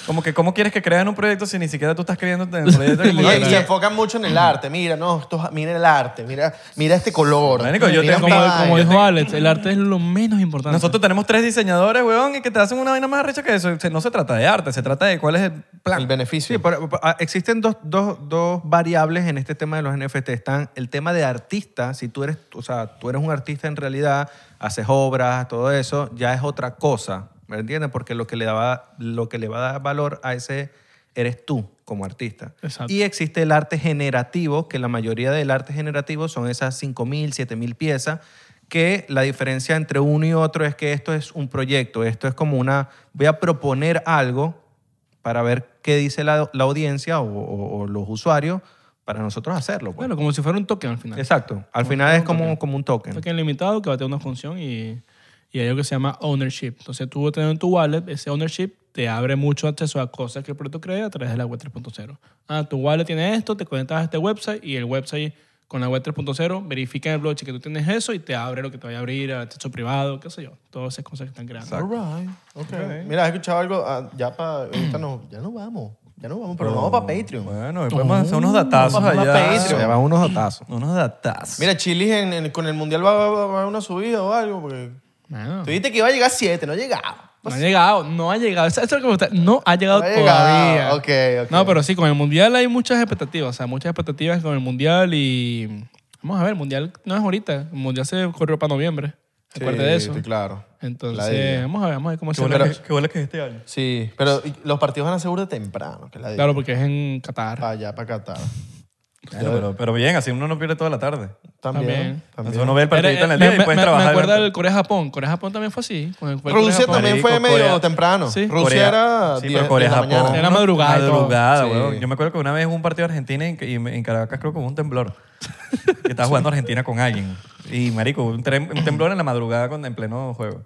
Speaker 1: como que cómo quieres que crean un proyecto si ni siquiera tú estás creyendo en el proyecto.
Speaker 3: Y,
Speaker 1: Como que-
Speaker 3: y se enfocan mucho en el arte. Mira, no, esto, mira el arte, mira, mira este color.
Speaker 1: Marico, yo
Speaker 3: mira
Speaker 1: tengo-
Speaker 2: Como,
Speaker 3: esta
Speaker 1: Ay,
Speaker 2: como
Speaker 3: vaina.
Speaker 2: dijo Alex, el arte es lo menos importante.
Speaker 1: nosotros tenemos tres diseñadores, weón, y que te hacen una vaina más arrecha que eso. Se- No se trata de arte, se trata de cuál es el plan.
Speaker 3: el beneficio.
Speaker 4: Sí, pero, pero, ah, existen dos, dos, dos variables en este tema de los NFT. Están el tema de artista, si tú eres, o sea, tú eres un artista en realidad, haces obras, todo eso, ya es otra cosa, ¿me entiendes? Porque lo que le daba, lo que le va a dar valor a ese eres tú como artista.
Speaker 2: Exacto.
Speaker 4: Y existe el arte generativo, que la mayoría del arte generativo son esas 5.000, 7.000 piezas, que la diferencia entre uno y otro es que esto es un proyecto, esto es como una, voy a proponer algo para ver qué dice la, la audiencia o, o- o los usuarios para nosotros hacerlo. pues.
Speaker 2: Bueno, como si fuera un token al final.
Speaker 4: Exacto. Al final es como, como un token.
Speaker 2: Un token limitado que va a tener una función y, y hay algo que se llama ownership. Entonces tú teniendo en tu wallet, ese ownership te abre mucho acceso a cosas que el proyecto crea a través de la web 3.0. Ah, tu wallet tiene esto, te conectas a este website y el website con la web 3.0 verifica en el blockchain que tú tienes eso y te abre lo que te vaya a abrir, acceso privado, qué sé yo. Todas esas cosas que están creando.
Speaker 3: All right, okay. Mira, has escuchado algo Ah, ya para ahorita no, ya no vamos, ya no vamos, pero no, vamos para Patreon.
Speaker 1: Bueno, y podemos hacer unos datazos
Speaker 3: Uh, vamos a
Speaker 1: allá.
Speaker 3: Patreon.
Speaker 4: Se va unos otazos.
Speaker 1: Unos datazos.
Speaker 3: Mira, Chilis en- en- con el mundial va, va- va a una subida o algo porque
Speaker 2: Mano,
Speaker 3: tú dijiste que iba a llegar a 7, no llegaba.
Speaker 2: no ha llegado, no ha llegado. Eso eso es lo que me gusta. No ha llegado
Speaker 3: No ha
Speaker 2: todavía.
Speaker 3: llegado. Ok, ok.
Speaker 2: No, pues, pero sí, con el Mundial hay muchas expectativas. O sea, muchas expectativas con el Mundial y... Vamos a ver, el Mundial no es ahorita. El Mundial se corrió para noviembre. Aparte de eso.
Speaker 3: Sí, claro. La
Speaker 2: Entonces,
Speaker 3: idea.
Speaker 2: vamos a ver, vamos a ver cómo
Speaker 1: Qué
Speaker 2: se
Speaker 1: bola
Speaker 2: ve.
Speaker 1: que- qué bola que es este año.
Speaker 3: Sí, pero y- los partidos van a ser burda temprano, que es la idea.
Speaker 2: Claro, porque es en Qatar.
Speaker 1: Ah,
Speaker 3: Para allá, para Qatar.
Speaker 1: Bueno, pero, pero bien, así uno no pierde toda la tarde.
Speaker 3: También.
Speaker 2: También.
Speaker 3: también.
Speaker 1: Entonces uno ve el partido
Speaker 2: Era-
Speaker 1: en el
Speaker 2: me-
Speaker 1: día y
Speaker 2: me-
Speaker 1: puedes
Speaker 2: me,
Speaker 1: trabajar.
Speaker 2: acuerdo
Speaker 1: durante-
Speaker 2: del Corea-Japón. Corea-Japón también fue así. con el- con el
Speaker 3: Rusia
Speaker 2: Corea-Japón.
Speaker 3: también
Speaker 1: Marico,
Speaker 3: fue medio
Speaker 1: Corea.
Speaker 3: temprano.
Speaker 2: Sí.
Speaker 3: Rusia
Speaker 4: Ah,
Speaker 3: era
Speaker 1: sí,
Speaker 3: 10
Speaker 1: pero Corea,
Speaker 3: de la
Speaker 1: Japón.
Speaker 3: mañana.
Speaker 2: Era madrugada y todo.
Speaker 1: Madrugada,
Speaker 3: Sí.
Speaker 1: weón. Yo me acuerdo que una vez hubo un partido de Argentina en, y en Caracas creo que hubo un temblor. que estaba jugando Argentina con alguien. Y marico, un, tre- un temblor en la madrugada con, en pleno juego.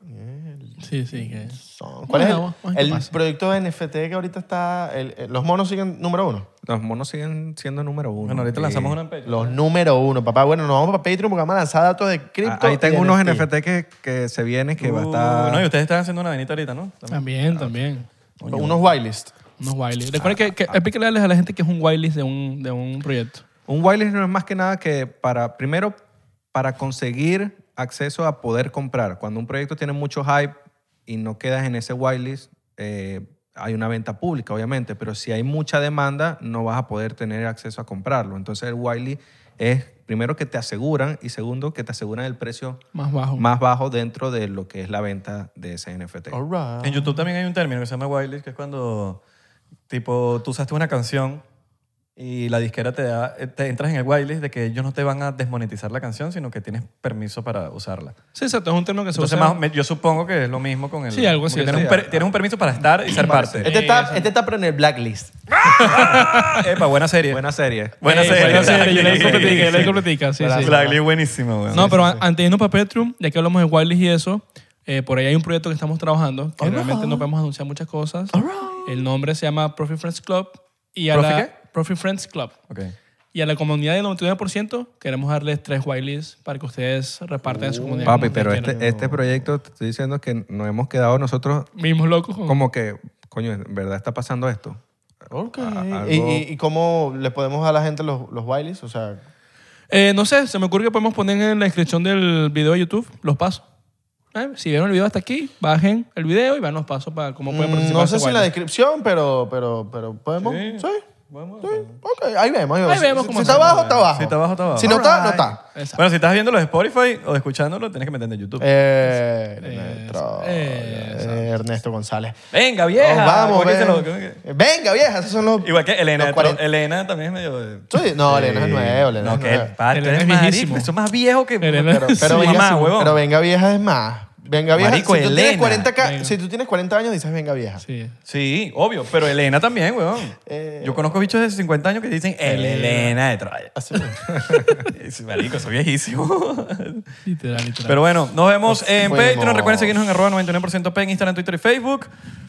Speaker 2: Sí, sí. que-
Speaker 3: Son- ¿Cuál es el,
Speaker 2: Bueno, vamos a ver qué
Speaker 3: el
Speaker 2: pasa.
Speaker 3: proyecto de NFT que ahorita está? el- el- los monos siguen número uno.
Speaker 4: Los monos siguen siendo número uno. Eh, ah,
Speaker 1: Bueno, ahorita
Speaker 4: Y-
Speaker 1: lanzamos una en pecho.
Speaker 3: Los número uno, papá. Bueno, nos vamos para Patreon porque vamos a lanzar datos de
Speaker 4: Ah,
Speaker 3: cripto.
Speaker 4: Ahí tengo
Speaker 3: y
Speaker 4: unos NFT que, que se vienen que va a estar... Ah.
Speaker 1: Uh, no, y ustedes están haciendo una venita ahorita, ¿no?
Speaker 2: También, también.
Speaker 3: Unos whitelist.
Speaker 2: Unos whitelist. Recuerda que,
Speaker 1: Ah.
Speaker 2: que explícale a la gente que es un whitelist de un, de un proyecto.
Speaker 4: Un whitelist no es más que nada que para, primero, para conseguir acceso a poder comprar. Cuando un proyecto tiene mucho hype y no quedas en ese whitelist, eh, hay una venta pública, obviamente, pero si hay mucha demanda, no vas a poder tener acceso a comprarlo. Entonces, el whitelist es, primero, que te aseguran y segundo, que te aseguran el precio
Speaker 2: Más bajo.
Speaker 4: más bajo dentro de lo que es la venta de ese NFT.
Speaker 3: All
Speaker 1: En
Speaker 3: right.
Speaker 1: YouTube también hay un término que se llama whitelist, que es cuando, tipo, tú usaste una canción y la disquera te da, te entras en el whitelist de que ellos no te van a desmonetizar la canción, sino que tienes permiso para usarla.
Speaker 2: Sí, exacto. Es un término que se
Speaker 1: Entonces,
Speaker 2: usa. Eh,
Speaker 1: más o men- yo supongo que es lo mismo con el.
Speaker 2: Sí, algo así,
Speaker 1: como que Tienes,
Speaker 2: sí.
Speaker 1: un per- tienes un permiso para estar y ser parte.
Speaker 3: Este está, este está pero en el blacklist.
Speaker 1: Epa, buena serie.
Speaker 4: Buena serie.
Speaker 1: Buena
Speaker 2: Ey,
Speaker 1: serie.
Speaker 2: buena serie, yo leí
Speaker 1: Sí,
Speaker 2: completica, yo leí
Speaker 1: sí.
Speaker 2: completica, sí, sí.
Speaker 1: Black Lee, buenísimo, weón.
Speaker 2: No, pero an- antes de irnos para Petrum, ya que hablamos de wireless y eso, eh, por ahí hay un proyecto que estamos trabajando que realmente no podemos anunciar muchas cosas. El nombre se llama Profit Friends Club. Y a
Speaker 1: ¿Profi
Speaker 2: la-
Speaker 1: qué?
Speaker 2: Profit Friends Club.
Speaker 1: Ok.
Speaker 2: Y a la comunidad del 99% queremos darles tres wireless para que ustedes repartan en su comunidad.
Speaker 4: Papi,
Speaker 2: como
Speaker 4: pero
Speaker 2: ustedes quieran.
Speaker 4: este, este proyecto, te estoy diciendo que nos hemos quedado nosotros
Speaker 2: Mismos locos. con-
Speaker 4: como que, coño, ¿en verdad está pasando esto?
Speaker 3: Ok.
Speaker 4: A- Ah, algo-
Speaker 3: ¿Y, y, y cómo le podemos dar a la gente los, los whitelists? O sea,
Speaker 2: Eh, no sé, se me ocurre que podemos poner en la descripción del video de YouTube los pasos. Eh, Si vieron el video hasta aquí, bajen el video y van los pasos para cómo pueden
Speaker 3: mm,
Speaker 2: participar.
Speaker 3: no
Speaker 2: en
Speaker 3: sé
Speaker 2: ese
Speaker 3: si en la
Speaker 2: wireless.
Speaker 3: descripción, pero, pero, pero podemos. Sí.
Speaker 4: Vamos.
Speaker 3: Ok, ahí vemos. ahí vemos.
Speaker 2: vemos
Speaker 3: si,
Speaker 2: cómo
Speaker 3: si está
Speaker 2: se
Speaker 3: abajo,
Speaker 2: mueve.
Speaker 3: está abajo.
Speaker 1: Si está abajo, está abajo.
Speaker 3: Si no está, no
Speaker 4: Alright.
Speaker 3: está.
Speaker 2: Exacto.
Speaker 1: Bueno, si estás viéndolo de Spotify o escuchándolo, tienes que meterte en YouTube.
Speaker 3: Eh, Ernesto,
Speaker 2: eh,
Speaker 3: eh, Ernesto González.
Speaker 1: Venga,
Speaker 3: Nos
Speaker 1: vieja.
Speaker 3: vamos,
Speaker 1: ¿Cómo es que
Speaker 3: ven.
Speaker 1: se lo- cómo es que-
Speaker 3: Venga, vieja. Esos son los.
Speaker 1: Igual que Elena.
Speaker 3: Los
Speaker 1: de Tro-
Speaker 3: 40.
Speaker 1: Elena también es medio... de-
Speaker 3: Sí, no, Elena es
Speaker 1: Sí.
Speaker 3: nueva, Elena
Speaker 1: No,
Speaker 3: es
Speaker 1: que
Speaker 3: nueva.
Speaker 1: padre,
Speaker 2: Elena es
Speaker 1: eres marico,
Speaker 2: viejísimo.
Speaker 1: Eso es más viejo que...
Speaker 2: Elena-
Speaker 1: Pero,
Speaker 2: Sí,
Speaker 1: pero
Speaker 3: venga,
Speaker 1: mamá,
Speaker 3: sí,
Speaker 1: huevón.
Speaker 3: pero venga vieja es más. Venga vieja.
Speaker 1: Marico,
Speaker 3: si, tú tienes
Speaker 1: Elena.
Speaker 3: 40 ca-
Speaker 2: Venga.
Speaker 3: si tú tienes 40 años, dices venga vieja.
Speaker 2: Sí.
Speaker 1: Sí, obvio. Pero Elena también, huevón.
Speaker 3: Eh.
Speaker 1: Yo conozco bichos de 50 años que dicen el
Speaker 4: Eh,
Speaker 1: Elena de Troya.
Speaker 3: Así.
Speaker 1: Es Marico, soy viejísimo.
Speaker 2: Literal, literal.
Speaker 1: Pero bueno, nos vemos en
Speaker 3: fuimos.
Speaker 1: Patreon. Recuerden seguirnos en arroba 99% P en Instagram, Twitter y Facebook.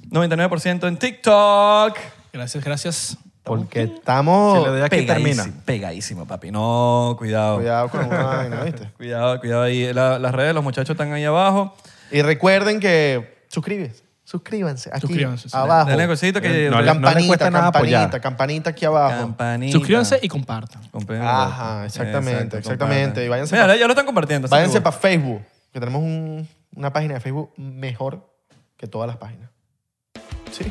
Speaker 1: 99% en TikTok.
Speaker 2: Gracias, gracias.
Speaker 3: Porque estamos.
Speaker 4: Se le doy aquí
Speaker 1: Pegadísimo,
Speaker 4: termina.
Speaker 1: pegadísimo, papi. No, cuidado.
Speaker 3: Cuidado con una vaina, ¿viste?
Speaker 1: Cuidado, cuidado ahí. La- las redes de los muchachos están ahí abajo.
Speaker 3: Y recuerden que suscríbanse. Suscríbanse aquí
Speaker 2: Suscríbanse, sí.
Speaker 3: abajo.
Speaker 1: Dale cosito que...
Speaker 4: Eh, No,
Speaker 3: campanita,
Speaker 4: le- no les cuesta nada
Speaker 3: campanita,
Speaker 4: apoyar.
Speaker 3: campanita aquí abajo.
Speaker 1: Campanita.
Speaker 2: Suscríbanse y compartan.
Speaker 1: Compren-
Speaker 3: Ajá, exactamente,
Speaker 1: Exacto,
Speaker 3: exactamente.
Speaker 1: compartan.
Speaker 3: Y váyanse
Speaker 1: Mira,
Speaker 3: pa-
Speaker 1: ya lo están compartiendo. así
Speaker 3: Váyanse
Speaker 1: que
Speaker 3: para Facebook, que tenemos un- una página de Facebook mejor que todas las páginas. Sí.